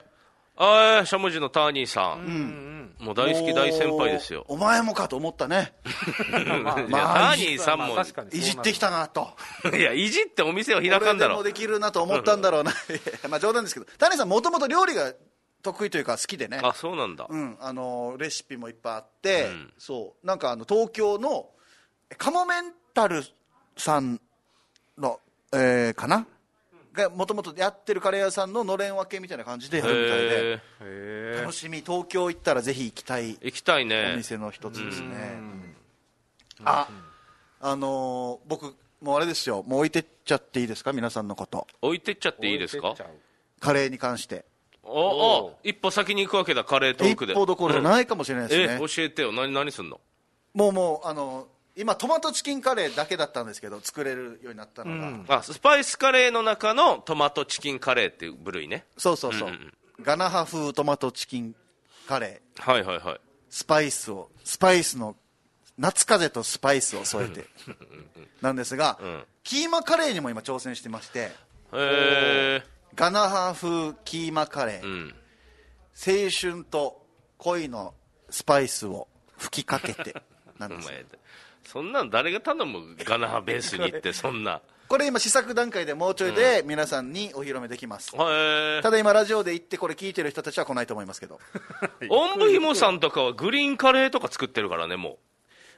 Speaker 2: ああしゃもじのターニーさん、もう大好き大先輩ですよ
Speaker 1: おお前もかと思ったね
Speaker 2: いやターニーさんも、
Speaker 3: まあ確かにそう
Speaker 1: い
Speaker 3: なんだ
Speaker 1: じってきたなと
Speaker 2: いやいじってお店を開かんだ
Speaker 1: 俺でも
Speaker 2: ろ
Speaker 1: できるなと思ったんだろう ないやまあ冗談ですけどターニーさんもともと料理が得意というか好きでね
Speaker 2: あそうなんだ、
Speaker 1: うん、あのレシピもいっぱいあって、
Speaker 2: ん
Speaker 1: そうなんかあの東京のえカモメンタルさんの、えーかながもともとやってるカレー屋さんののれん分けみたいな感じでやるみたいで
Speaker 2: へ
Speaker 3: へ
Speaker 1: 楽しみ東京行ったらぜひ行きたい
Speaker 2: え行きたい
Speaker 1: お
Speaker 2: ね
Speaker 1: 店の一つですね、ああのー僕もうあれですよもう置いてっちゃっていいですか皆さんのこと
Speaker 2: 置いてっちゃって
Speaker 3: え
Speaker 2: いいですか
Speaker 3: 置てっちゃう
Speaker 1: カレーに関して
Speaker 2: おお一歩先に行くわけだカレートー
Speaker 1: 一
Speaker 2: クで
Speaker 1: 歩どころじゃないかもしれないですね、
Speaker 2: え教えてよ何何すんの
Speaker 1: もうもうあの今トマトチキンカレーだけだったんですけど作れるようになったのが、
Speaker 2: あスパイスカレーの中のトマトチキンカレーっていう部類ね
Speaker 1: そうそうそう、ガナハ風トマトチキンカレー
Speaker 2: はいはいはい
Speaker 1: スパイスをスパイスの夏風とスパイスを添えてなんですが、キーマカレーにも今挑戦してまして
Speaker 2: へえ
Speaker 1: ガナハ風キーマカレー、青春と恋のスパイスを吹きかけてなん
Speaker 2: お
Speaker 1: です
Speaker 2: 前そんなん誰が頼むガナハベースに ってそんな
Speaker 1: これ今試作段階でもうちょいで皆さんにお披露目できます、
Speaker 2: へえ
Speaker 1: ただ今ラジオで言ってこれ聞いてる人たちは来ないと思いますけど
Speaker 2: おんぶひもさんとかはグリーンカレーとか作ってるからねも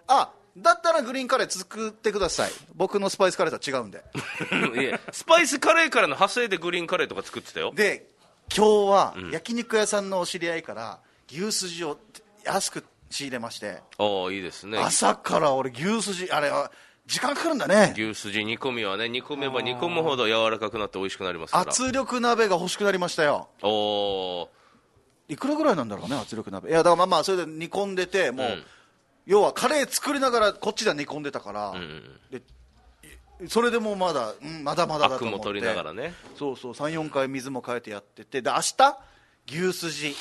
Speaker 1: あだったらグリーンカレー作ってください僕のスパイスカレーとは違うんで
Speaker 2: ういえスパイスカレーからの派生でグリーンカレーとか作ってたよ
Speaker 1: で今日は焼肉屋さんのお知り合いから牛すじを安く仕入れまして
Speaker 2: ああいいですね
Speaker 1: 朝から俺牛すじあれは時間かかるんだね
Speaker 2: 牛すじ煮込みはね煮込めば煮込むほど柔らかくなって美味しくなりますから
Speaker 1: 圧力鍋が欲しくなりましたよ
Speaker 2: おお
Speaker 1: いくらぐらいなんだろうね圧力鍋いやだからまあまあそれで煮込んでてもう、要はカレー作りながらこっちでは煮込んでたから、でそれでもうまだ、うん、まだまだだ
Speaker 2: 悪
Speaker 1: と思
Speaker 2: も
Speaker 1: って
Speaker 2: 取りながらね
Speaker 1: そうそう34回水も変えてやっててで明日牛すじ、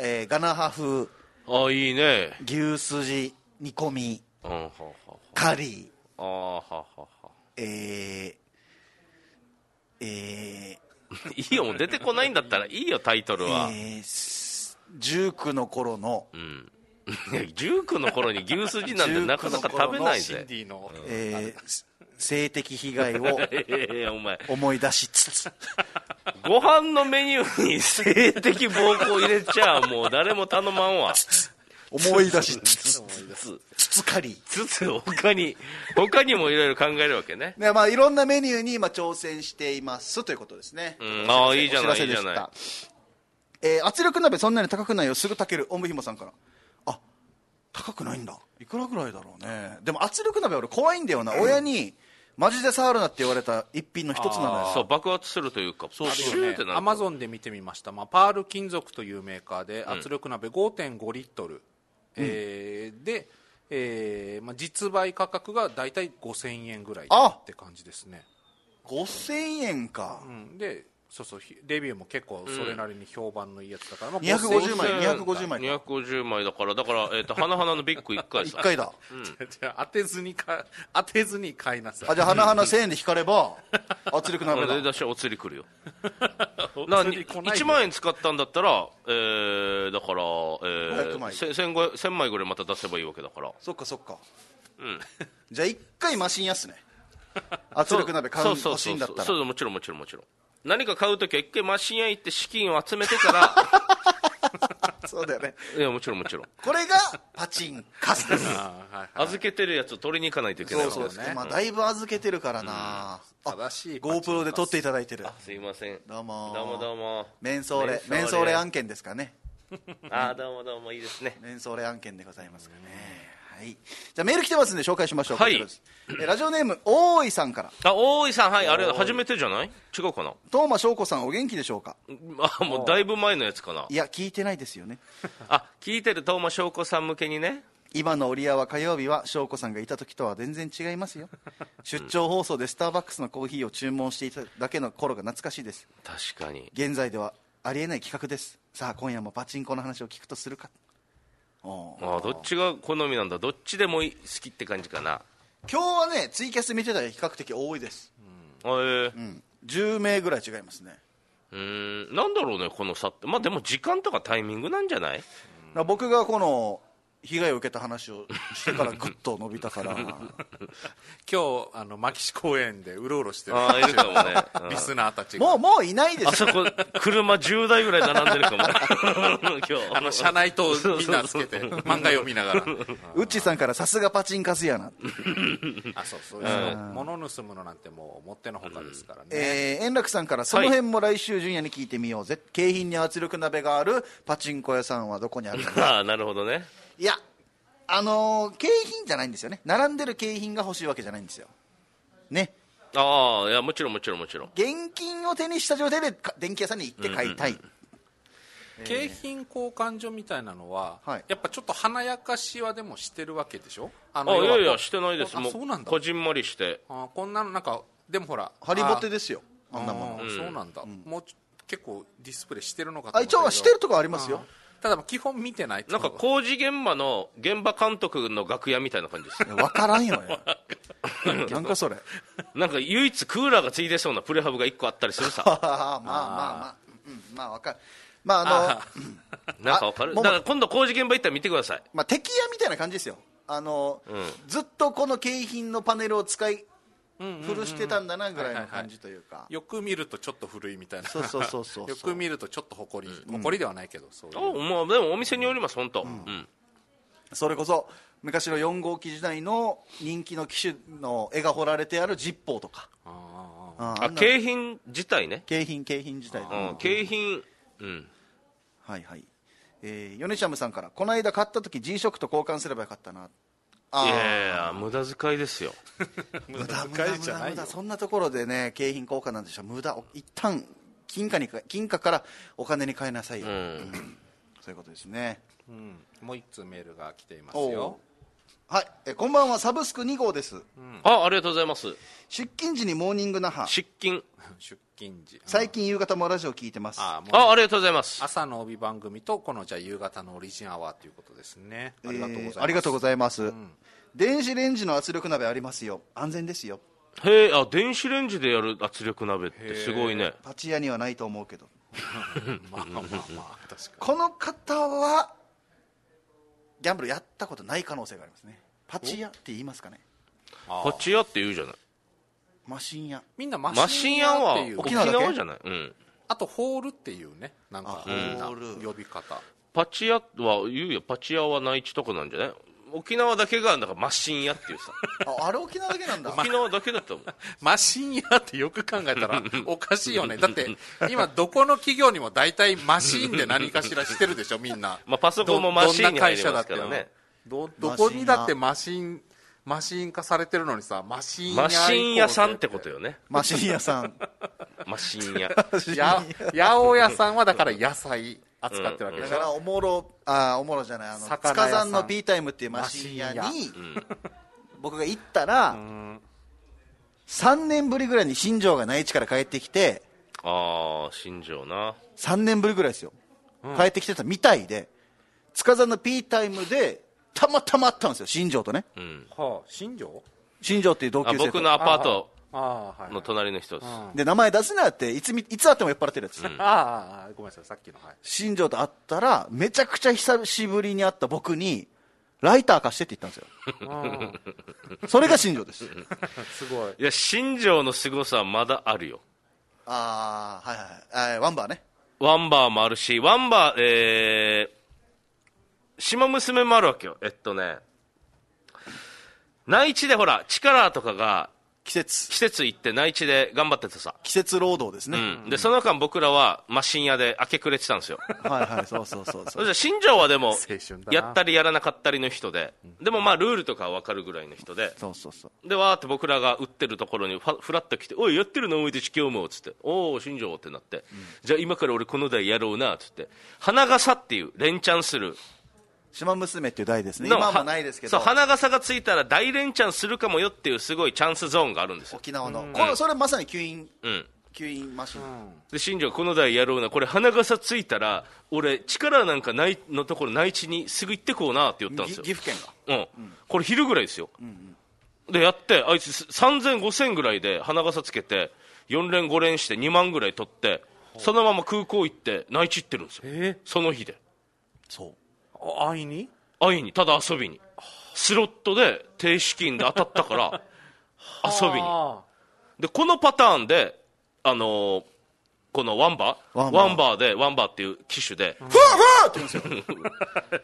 Speaker 1: えーガナハ風
Speaker 2: ああいいね
Speaker 1: 牛すじ煮込み
Speaker 2: うんははは
Speaker 1: カリー
Speaker 2: ああははは
Speaker 1: えー、え
Speaker 2: いいよもう出てこないんだったらいいよタイトル
Speaker 1: ー、
Speaker 2: は、
Speaker 1: えーす19の頃の、
Speaker 2: いや19の頃に牛すじなんてなかなか食べない
Speaker 3: シン
Speaker 2: ぜ
Speaker 3: ディの、
Speaker 1: えーす性的被害 を
Speaker 2: いやいやいやお前
Speaker 1: 思い出しつつ
Speaker 2: ご飯のメニューに性的暴行入れちゃもう誰も頼ま んわ
Speaker 1: 思い出しつつ
Speaker 2: つ
Speaker 1: つつカリー
Speaker 2: つつ他に他にもいろいろ考えるわけね
Speaker 1: でまあ、いろんなメニューに今挑戦していますということですね、
Speaker 2: んああいいじゃない
Speaker 1: お知らせでした
Speaker 2: いいじゃない
Speaker 1: えー圧力鍋そんなに高くないよすぐ炊けるおんぶひもさんからあ高くないんだいくらぐらいだろうねでも圧力鍋俺怖いんだよな、親にマジで触るなって言われた一品の一つなの
Speaker 2: そう
Speaker 1: よ
Speaker 2: 爆発するというかそう
Speaker 3: あ
Speaker 2: シ
Speaker 3: る
Speaker 2: ュー
Speaker 3: よ
Speaker 2: って
Speaker 3: ね
Speaker 2: な
Speaker 3: ア
Speaker 2: る
Speaker 3: マゾンで見てみました、まあ、パール金属というメーカーで圧力鍋5.5リットル、えーで、えーまあ、実売価格が大体5000円ぐらい
Speaker 1: あ
Speaker 3: って感じですね、
Speaker 1: 5000円か
Speaker 3: う、ん、でそうそうひレビューも結構それなりに評判のいいやつだから、まあ
Speaker 1: 250
Speaker 3: 5000
Speaker 1: 枚250枚
Speaker 2: 250枚だからだから、えっと 花々のビッグ1回
Speaker 1: 一
Speaker 2: さ
Speaker 1: 回だ
Speaker 3: じゃあ当てずにか当てずに買いなさい
Speaker 1: あじゃあ花々1000円で引かれば圧力
Speaker 2: これ
Speaker 1: 鍋 だ
Speaker 2: で出しお釣り来るよな
Speaker 3: お釣り来ない
Speaker 2: 1
Speaker 3: で
Speaker 2: 万円使ったんだったら、えー、だから、え
Speaker 1: 500枚
Speaker 2: ー、せ1500 1000枚ぐらいまた出せばいいわけだから
Speaker 1: そっかそっかじゃあ一回マシンやっ すね圧力鍋買う欲しいんだったら
Speaker 2: そうそうそうそうもちろんもちろんもちろん何か買うときは一回マシン屋行って資金を集めてから
Speaker 1: そうだよね
Speaker 2: いやもちろんも ちろん
Speaker 1: これがパチンカスです
Speaker 3: あーはいはい
Speaker 2: 預けてるやつを取りに行かないといけな い
Speaker 1: そう
Speaker 2: わけ
Speaker 1: そうです
Speaker 2: で
Speaker 1: すね、まあ、だいぶ預けてるからな、あ
Speaker 3: 正しい
Speaker 1: GoPro で撮っていただいてる
Speaker 2: すいません
Speaker 1: どうもー
Speaker 2: どうもどうも
Speaker 1: メンソーレメンソーレ案件ですかね
Speaker 2: ああどうもどうもいいですね
Speaker 1: メンソーレ案件でございますかね、はい、じゃあメール来てますんで紹介しましょう、
Speaker 2: はい
Speaker 1: こちらですえラジオネーム大井さんから
Speaker 2: あ大井さんはいあれ初めてじゃない違うかな
Speaker 1: 東間翔子さんお元気でしょうか
Speaker 2: あもうだいぶ前のやつかない
Speaker 1: や聞いてないですよね
Speaker 2: あ聞いてる東間翔子さん向けにね
Speaker 1: 今の折り屋は火曜日は翔子さんがいた時とは全然違いますよ出張放送でスターバックスのコーヒーを注文していただけの頃が懐かしいです
Speaker 2: 確かに
Speaker 1: 現在ではありえない企画ですさあ今夜もパチンコの話を聞くとするかおう
Speaker 2: あーどっちが好みなんだどっちでもいい好きって感じかな
Speaker 1: 今日はねツイキャス見てたら比較的多いです、
Speaker 2: あえー
Speaker 1: うん、10名ぐらい違いますね
Speaker 2: うーんなんだろうねこの差ってまあでも時間とかタイミングなんじゃない
Speaker 1: だから僕がこの被害を受けた話をしてから ぐっと伸びたから
Speaker 3: 今日あの牧師公園でうろうろしてる
Speaker 2: ああいるかもねうん
Speaker 3: リスナーたちが
Speaker 1: もうもういないで
Speaker 2: あ
Speaker 1: す
Speaker 2: そ
Speaker 1: よ
Speaker 2: こ車10台ぐらい並んでるかも 今日
Speaker 3: あの車内灯みんなつけて漫画読みながら
Speaker 1: ウッチさんからさすがパチンカスやな、
Speaker 3: あそうそういうの物盗むのなんてもうもってのほかですからね、
Speaker 1: えー円楽さんからその辺も来週純也に聞いてみようぜ景品に圧力鍋があるパチンコ屋さんはどこにあるの
Speaker 2: ああなるほどね
Speaker 1: いやあのー景品じゃないんですよね並んでる景品が欲しいわけじゃないんですよね
Speaker 2: ああいやもちろんもちろんもちろん
Speaker 1: 現金を手にした状態でか電気屋さんに行って買いたい、
Speaker 3: 景品交換所みたいなのは、
Speaker 1: はい
Speaker 3: やっぱちょっと華やかしはでもしてるわけでしょあ
Speaker 2: あい
Speaker 3: 要は
Speaker 2: やいやしてないです
Speaker 3: あ
Speaker 2: も
Speaker 3: そうなんだ
Speaker 2: こじんまりして
Speaker 3: あこんなのなんかでもほら
Speaker 1: ハリボテ
Speaker 3: で
Speaker 1: ですよあんなもん
Speaker 3: うんそうなんだ、もうちょ結構ディスプレイしてるのかと
Speaker 1: あ
Speaker 3: 思ったけ
Speaker 1: 一
Speaker 3: ど
Speaker 1: 応はしてるとこありますよ
Speaker 3: ただ基本見てない
Speaker 2: なんか
Speaker 3: こ
Speaker 2: 工事現場の現場監督の楽屋みたいな感じです
Speaker 1: 分からんよね なんかそれ
Speaker 2: なんか唯一クーラーがついてそうなプレハブが1個あったりする
Speaker 1: あ
Speaker 2: さ
Speaker 1: あまあまあまあ、うん、まあわかるまああの
Speaker 2: なんかわかる
Speaker 1: も
Speaker 2: だ
Speaker 1: う
Speaker 2: から今度工事現場行ったら見てください
Speaker 1: まあ敵屋みたいな感じですよあの、ずっとこの景品のパネルを使い古してたんだなぐらいの感じというか、
Speaker 3: よく見るとちょっと古いみたいな
Speaker 1: そうそうそうそう
Speaker 3: よく見るとちょっと誇り誇りではないけどそういう
Speaker 2: あまあでもお店によります本当うん
Speaker 1: それこそ昔の4号機時代の人気の機種の絵が彫られてあるジッポーとか
Speaker 3: あー
Speaker 1: ああ
Speaker 2: あ
Speaker 1: んな景
Speaker 2: 景品自体ね
Speaker 1: 品景品自体とか
Speaker 2: うん景品うん
Speaker 1: はいはいえー、ヨネチャムさんからこの間買った時 G ショックと交換すればよかったないあ
Speaker 2: やいや無駄遣いですよ
Speaker 1: 無駄無駄無駄無駄そんなところでね景品交換なんでしょ無駄お一旦金貨にか金貨からお金に換えなさいよ、うんそういうことですね
Speaker 3: うんもう一通メールが来ていますよ
Speaker 1: はいえこんばんはサブスク2号です
Speaker 2: あありがとうございます
Speaker 1: 出勤時にモーニング那覇
Speaker 2: 失勤
Speaker 3: 出勤時
Speaker 1: 最近夕方もラジオ聞いてます
Speaker 3: あーもう
Speaker 2: あありがとうございます
Speaker 3: 朝の帯番組とこのじゃあ夕方のオリジンアワーということですねありがとうございます、
Speaker 1: えーありがとうございます、電子レンジの圧力鍋ありますよ安全ですよ
Speaker 2: へえあ電子レンジでやる圧力鍋ってすごいね
Speaker 1: パチ屋にはないと思うけど
Speaker 3: まあまあまあ確か
Speaker 1: この方はギャンブルやったことない可能性がありますねパチ屋って言いますかね
Speaker 2: パチ屋って言うじゃない
Speaker 1: マシン屋
Speaker 3: みんなマ
Speaker 2: マ
Speaker 3: シ
Speaker 2: シ
Speaker 3: ン
Speaker 2: ン
Speaker 3: 屋
Speaker 2: 屋
Speaker 3: っ
Speaker 2: は
Speaker 3: ていう
Speaker 2: 沖
Speaker 1: 沖縄だけ
Speaker 2: 縄じゃないうん
Speaker 3: あとホールっていうねなんか
Speaker 1: あ
Speaker 3: みんな
Speaker 1: ホール
Speaker 3: 呼び方
Speaker 2: パチ屋は言うよパチ屋は内地とこなんじゃない沖縄だけがだからマシン屋っていうさ
Speaker 1: ああれ沖縄だけ なんだ
Speaker 2: 沖縄だけだと思う
Speaker 3: マシン屋ってよく考え たらおかしいよねだって今どこの企業にも大体マシンで何かしらしてるでしょみんな
Speaker 2: まあパソコンもマシンに入りますからね
Speaker 3: どどんな会社だってどどこにだってマシンマシン化されてるのにさマシン屋
Speaker 2: マシン屋さんってこと
Speaker 3: よ
Speaker 2: よね
Speaker 1: マシン屋さん
Speaker 2: マシン屋
Speaker 3: や八百屋さんはだから野菜扱ってるわけで
Speaker 1: だ
Speaker 3: し
Speaker 1: から
Speaker 3: ょ
Speaker 1: おもろあーおもろじゃないあの
Speaker 3: 魚屋
Speaker 1: 塚
Speaker 3: さん
Speaker 1: さんの B タイムっていうマシン屋に
Speaker 3: マシ
Speaker 1: 僕が行ったら3年ぶりぐらいに新庄が内地から帰ってきて
Speaker 2: ああ新庄な
Speaker 1: 3年ぶりぐらいですよ、帰ってきてたみたいで、塚さんの P タイムで、たまたまあったんですよ、新庄とね、
Speaker 2: うん
Speaker 3: はあ新庄
Speaker 1: 新庄っていう同級
Speaker 2: あ
Speaker 1: 生と
Speaker 2: 僕のアパート
Speaker 3: ああはい
Speaker 2: の隣の人です
Speaker 3: あ
Speaker 1: で名前出せないっていつみ、いつあっても酔っ払ってるやつ、
Speaker 3: あああごめんなさいさっきの はい
Speaker 1: 新庄と会ったら、めちゃくちゃ久しぶりに会った僕に、ライター貸してって言ったんですよ、それが新庄です。
Speaker 3: すごい
Speaker 2: いや新庄の凄さはまだあるよ
Speaker 1: あーはいはいはい、えーワンバーね、
Speaker 2: ワンバーもあるしワンバーえー、島娘もあるわけよえっとね内地でほら力とかが
Speaker 1: 季節、
Speaker 2: 施設行って内地で頑張っててさ
Speaker 1: 季節労働ですね、
Speaker 2: うん、でその間僕らはマシン屋で明け暮れてたんですよ
Speaker 1: はいはい、そうそうそう
Speaker 2: そ
Speaker 1: そ
Speaker 2: れ
Speaker 1: う、
Speaker 2: じゃ新庄はでも
Speaker 3: 春だな
Speaker 2: やったりやらなかったりの人ででもまあルールとかは分かるぐらいの人で
Speaker 1: そうそうそう、
Speaker 2: でわーって僕らが打ってるところにファフラッと来て「おいやってるの思い出地今日も」っつって「おお新庄」ってなって、じゃあ今から俺この台やろうな」っつって「花笠」っていう連チャンする
Speaker 1: 島娘っていう代ですね、
Speaker 2: の
Speaker 1: 今はもうないですけ
Speaker 2: そう
Speaker 1: ど、
Speaker 2: 花笠がついたら大連チャンするかもよっていうすごいチャンスゾーンがあるんですよ、
Speaker 1: 沖縄の、これそれまさに吸引、
Speaker 2: うん、
Speaker 1: 吸引マシン、
Speaker 2: で新庄この台やろうなこれ花笠ついたら俺力なんかないのところ内地にすぐ行ってこうなって言ったんで
Speaker 1: ぎ
Speaker 2: すよ
Speaker 1: 岐阜県が。
Speaker 2: うん、これ昼ぐらいですよ、でやってあいつ30005000ぐらいで花笠つけて4連5連して2万ぐらい取ってそのまま空港行って内地行ってるんですよ、
Speaker 3: え
Speaker 2: その日で
Speaker 1: そう
Speaker 3: あ会いに
Speaker 2: 会いにただ遊びにスロットで低資金で当たった から遊びに
Speaker 3: あ
Speaker 2: でこのパターンであのーこのワンバー
Speaker 1: ワンバー
Speaker 2: ワンバーでワンバーっていう機種で、
Speaker 1: ふわふわって言うんですよ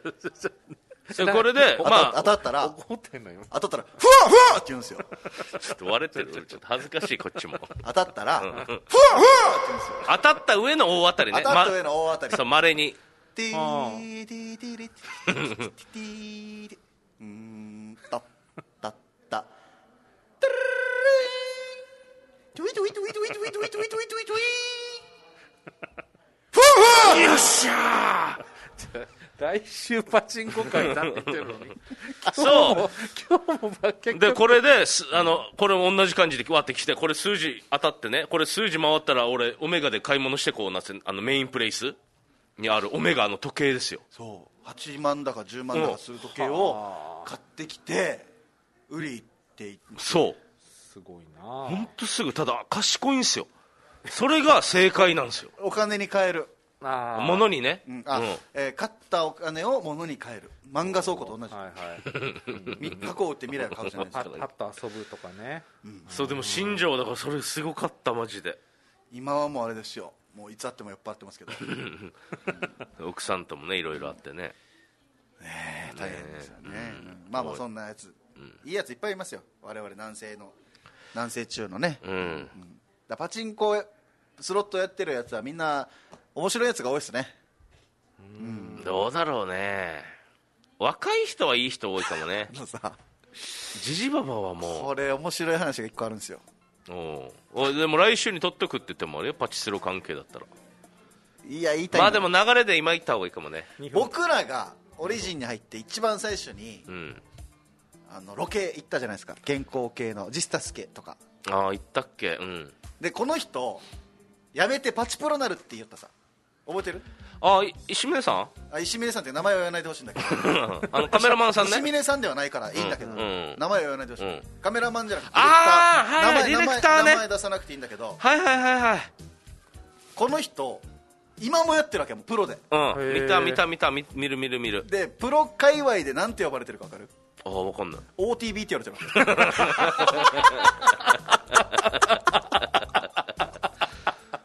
Speaker 2: でこれで
Speaker 1: 当た,、
Speaker 2: ま
Speaker 1: 当
Speaker 2: あ
Speaker 1: たったら
Speaker 3: 怒ってんのよ
Speaker 1: 当たったらふわふわって言うんですよ
Speaker 2: ちょっと割れてるちょっと恥ずかしいこっちも
Speaker 1: 当たったら、ふわふわって言うんですよ
Speaker 2: 当たった上の大当たり
Speaker 1: 当
Speaker 2: ね
Speaker 1: たった上の大当たり、
Speaker 2: そうまれに
Speaker 1: ティ
Speaker 3: あ
Speaker 1: ーティーティーティーティーティーティーうーんたったったトゥルルルルントゥイトゥイトゥイトゥイトゥイトゥイトゥイトゥイトゥイふわふわ
Speaker 3: 来週パチンコ会だって言ってるのに
Speaker 2: そう
Speaker 3: 今日もバケ
Speaker 2: で、これです、あの、これも同じ感じでわって来て、これ数字当たってね、これ数字回ったら俺、オメガで買い物してこうなって、あの、メインプレイスにあるオメガの時計ですよ。
Speaker 1: そう8万だか10万だかする時計を買ってきて売り行ってい
Speaker 2: そう。
Speaker 3: すごいな
Speaker 2: ほんとすぐ、ただ、賢いんですよ。それが正解なんですよ。
Speaker 1: お金に換える
Speaker 3: あー
Speaker 2: 物にね。
Speaker 1: うんあ、
Speaker 2: うん
Speaker 1: えー買ったお金を物に変える漫画倉庫と同じ、
Speaker 3: はい はい
Speaker 1: み過去を売って未来を買うじゃないです
Speaker 3: は
Speaker 1: か
Speaker 3: はっと遊ぶとかね
Speaker 2: そう、でも新庄だからそれすごかった、マジで。
Speaker 1: 今はもうあれですよもういつあっても酔っ払ってますけどね
Speaker 2: 奥さんともね、いろいろあってね。
Speaker 1: え大変ですよね、うんまあまあそんなやつ、いいやついっぱいいますよ我々南西の南西中のね、だか
Speaker 2: うん。
Speaker 1: らパチンコスロットやってるやつはみんな面白いやつが多いですね
Speaker 2: どうだろうね。若い人はいい人多いかもね
Speaker 1: あ。のさ
Speaker 2: ジジババはもう。
Speaker 1: これ面白い話が一個あるんですよ
Speaker 2: おうおいでも来週に取っとくって言ってもあれよパチスロ関係だったら
Speaker 1: いや言いたいん
Speaker 2: ま
Speaker 1: だ
Speaker 2: あでも流れで今行った方がいいかもね
Speaker 1: 僕らがオリジンに入って一番最初に
Speaker 2: うん
Speaker 1: あのロケ行ったじゃないですか健康系のジスタスケとか
Speaker 2: ああ行ったっけうん
Speaker 1: でこの人やめてパチプロなるって言ったさ覚えてる
Speaker 2: ああい石嶺さん
Speaker 1: あ石峰さんって名前は言わないでほしいんだけど
Speaker 2: あのカメラマンさん
Speaker 1: 石
Speaker 2: ね
Speaker 1: 峰さんではないからいいんだけど、
Speaker 2: うんうん
Speaker 1: 名前は言わないでほしい、
Speaker 2: うん
Speaker 1: カメラマンじゃなくて
Speaker 2: あーはい
Speaker 1: ディレクター名前
Speaker 2: ディレクターね
Speaker 1: 名前名前出さなくていいんだけど
Speaker 2: はいはいはいはい
Speaker 1: この人今もやってるわけもうプロで
Speaker 2: うん、
Speaker 3: へー
Speaker 2: 見た見た見た見見る見る見る
Speaker 1: でプロ界隈でなんて呼ばれてるか分かる
Speaker 2: ああ分かんない
Speaker 1: OTB って言われてるわけ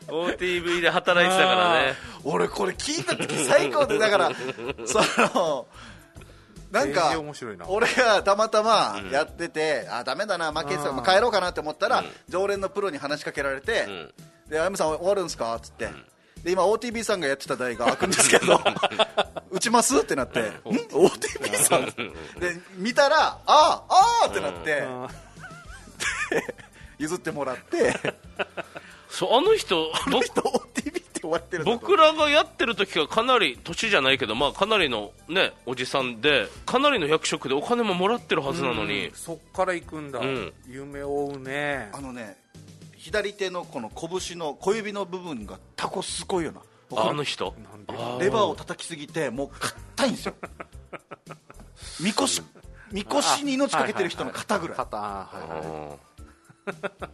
Speaker 2: OTV で働いてたからね
Speaker 1: 俺これ聞いた時最高でだからそのなん
Speaker 3: 全
Speaker 1: か
Speaker 3: 然面白いな
Speaker 1: 俺がたまたまやってて、あダメだな負けてた、まあ帰ろうかなって思ったら、常連のプロに話しかけられて、
Speaker 2: ん
Speaker 1: で、あやむさん終わるんすかっつって、で、今 OTB さんがやってた台が開くんですけど、 打ちますってなって、ん ?OTB さんで、見たら、ああ、ああってなって、
Speaker 3: ん
Speaker 1: で譲ってもらって、
Speaker 2: そうあの人
Speaker 1: OTB
Speaker 2: 僕
Speaker 1: って終わってるんだと
Speaker 2: 僕らがやってる時はかなり年じゃないけど、まあ、かなりのねおじさんでかなりの役職でお金ももらってるはずなのに
Speaker 3: そっから行くんだ
Speaker 2: ん
Speaker 3: 夢を追うね
Speaker 1: あのね、左手のこの拳の小指の部分がタコすごいよな僕
Speaker 2: あの人
Speaker 3: なんで
Speaker 1: レバーを叩きすぎてもう硬いんですよみこしみこしに命かけてる人の肩ぐらい
Speaker 3: 肩はいはい
Speaker 2: あ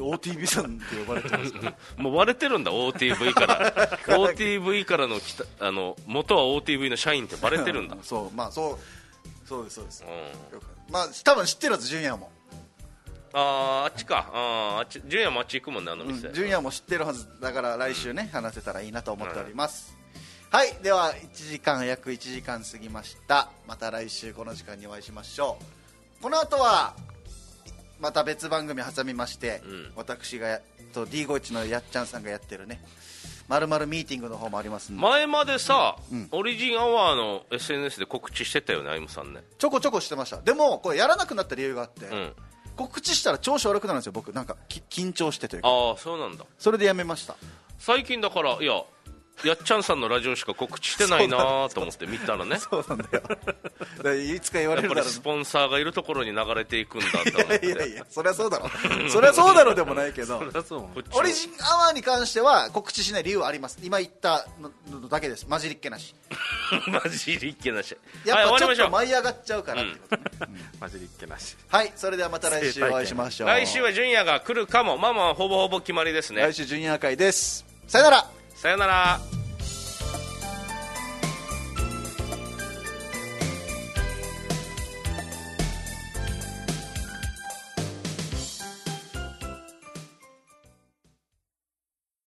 Speaker 1: OTB さんって呼ばれてますから
Speaker 2: ーもう割れてるんだ OTV から OTV からのきたあの元は OTV の社員ってバレてるんだ
Speaker 1: そうまあそうそうですそうです、
Speaker 2: う
Speaker 1: まあ多分知ってるはずジュニアも
Speaker 2: あああっちかあーあっちジュニアもあっち行くもんねあの
Speaker 1: うん
Speaker 2: 店、
Speaker 1: ジュニアも知ってるはずだから来週ね、話せたらいいなと思っております、はいでは1時間約1時間過ぎましたまた来週この時間にお会いしましょうこの後はまた別番組挟みまして、
Speaker 2: ん
Speaker 1: 私がやと D51 のやっちゃんさんがやってるねまるまるミーティングの方もありますんで、
Speaker 2: 前までさ、オリジンアワーの SNS で告知してたよね、あゆむさんね。
Speaker 1: ちょこちょこしてましたでもこれやらなくなった理由があって、
Speaker 2: うん。
Speaker 1: 告知したら調子悪くなるんですよ僕なんかき緊張してというか
Speaker 2: ああ、そうなんだ。
Speaker 1: それでやめました
Speaker 2: 最近だから、いや、やっちゃんさんのラジオしか告知してないなーと思って見たら ね、
Speaker 1: そうなんだよだから いつか言わ
Speaker 2: や
Speaker 1: れ
Speaker 2: っ
Speaker 1: るだ
Speaker 2: ぱ
Speaker 1: ろう
Speaker 2: りス
Speaker 1: な
Speaker 2: ポンサーがいるところに流れていくんだと思っ
Speaker 1: いや
Speaker 2: て。
Speaker 1: いやそりゃそうだろそりゃそうだろでもないけ ど
Speaker 3: そりゃそう
Speaker 2: こっちも
Speaker 1: オリジンアワーに関しては告知しない理由はあります今言ったのだけです混じりっけなし
Speaker 2: マジでいっけなし。
Speaker 1: や
Speaker 2: はい、終
Speaker 1: っぱ
Speaker 2: わ
Speaker 1: ち
Speaker 2: り
Speaker 1: ょ
Speaker 2: ま
Speaker 1: っと舞
Speaker 2: しょう。
Speaker 1: い上がっちゃうからってことね、
Speaker 3: マジでいっけなし
Speaker 1: はいそれではまた来週お会いしましょう
Speaker 2: 来週はジュニアが来るかも。まあまあ、ほぼほぼ決まりですね
Speaker 1: 来。週ジュニア会ですさよなら
Speaker 2: さよなら。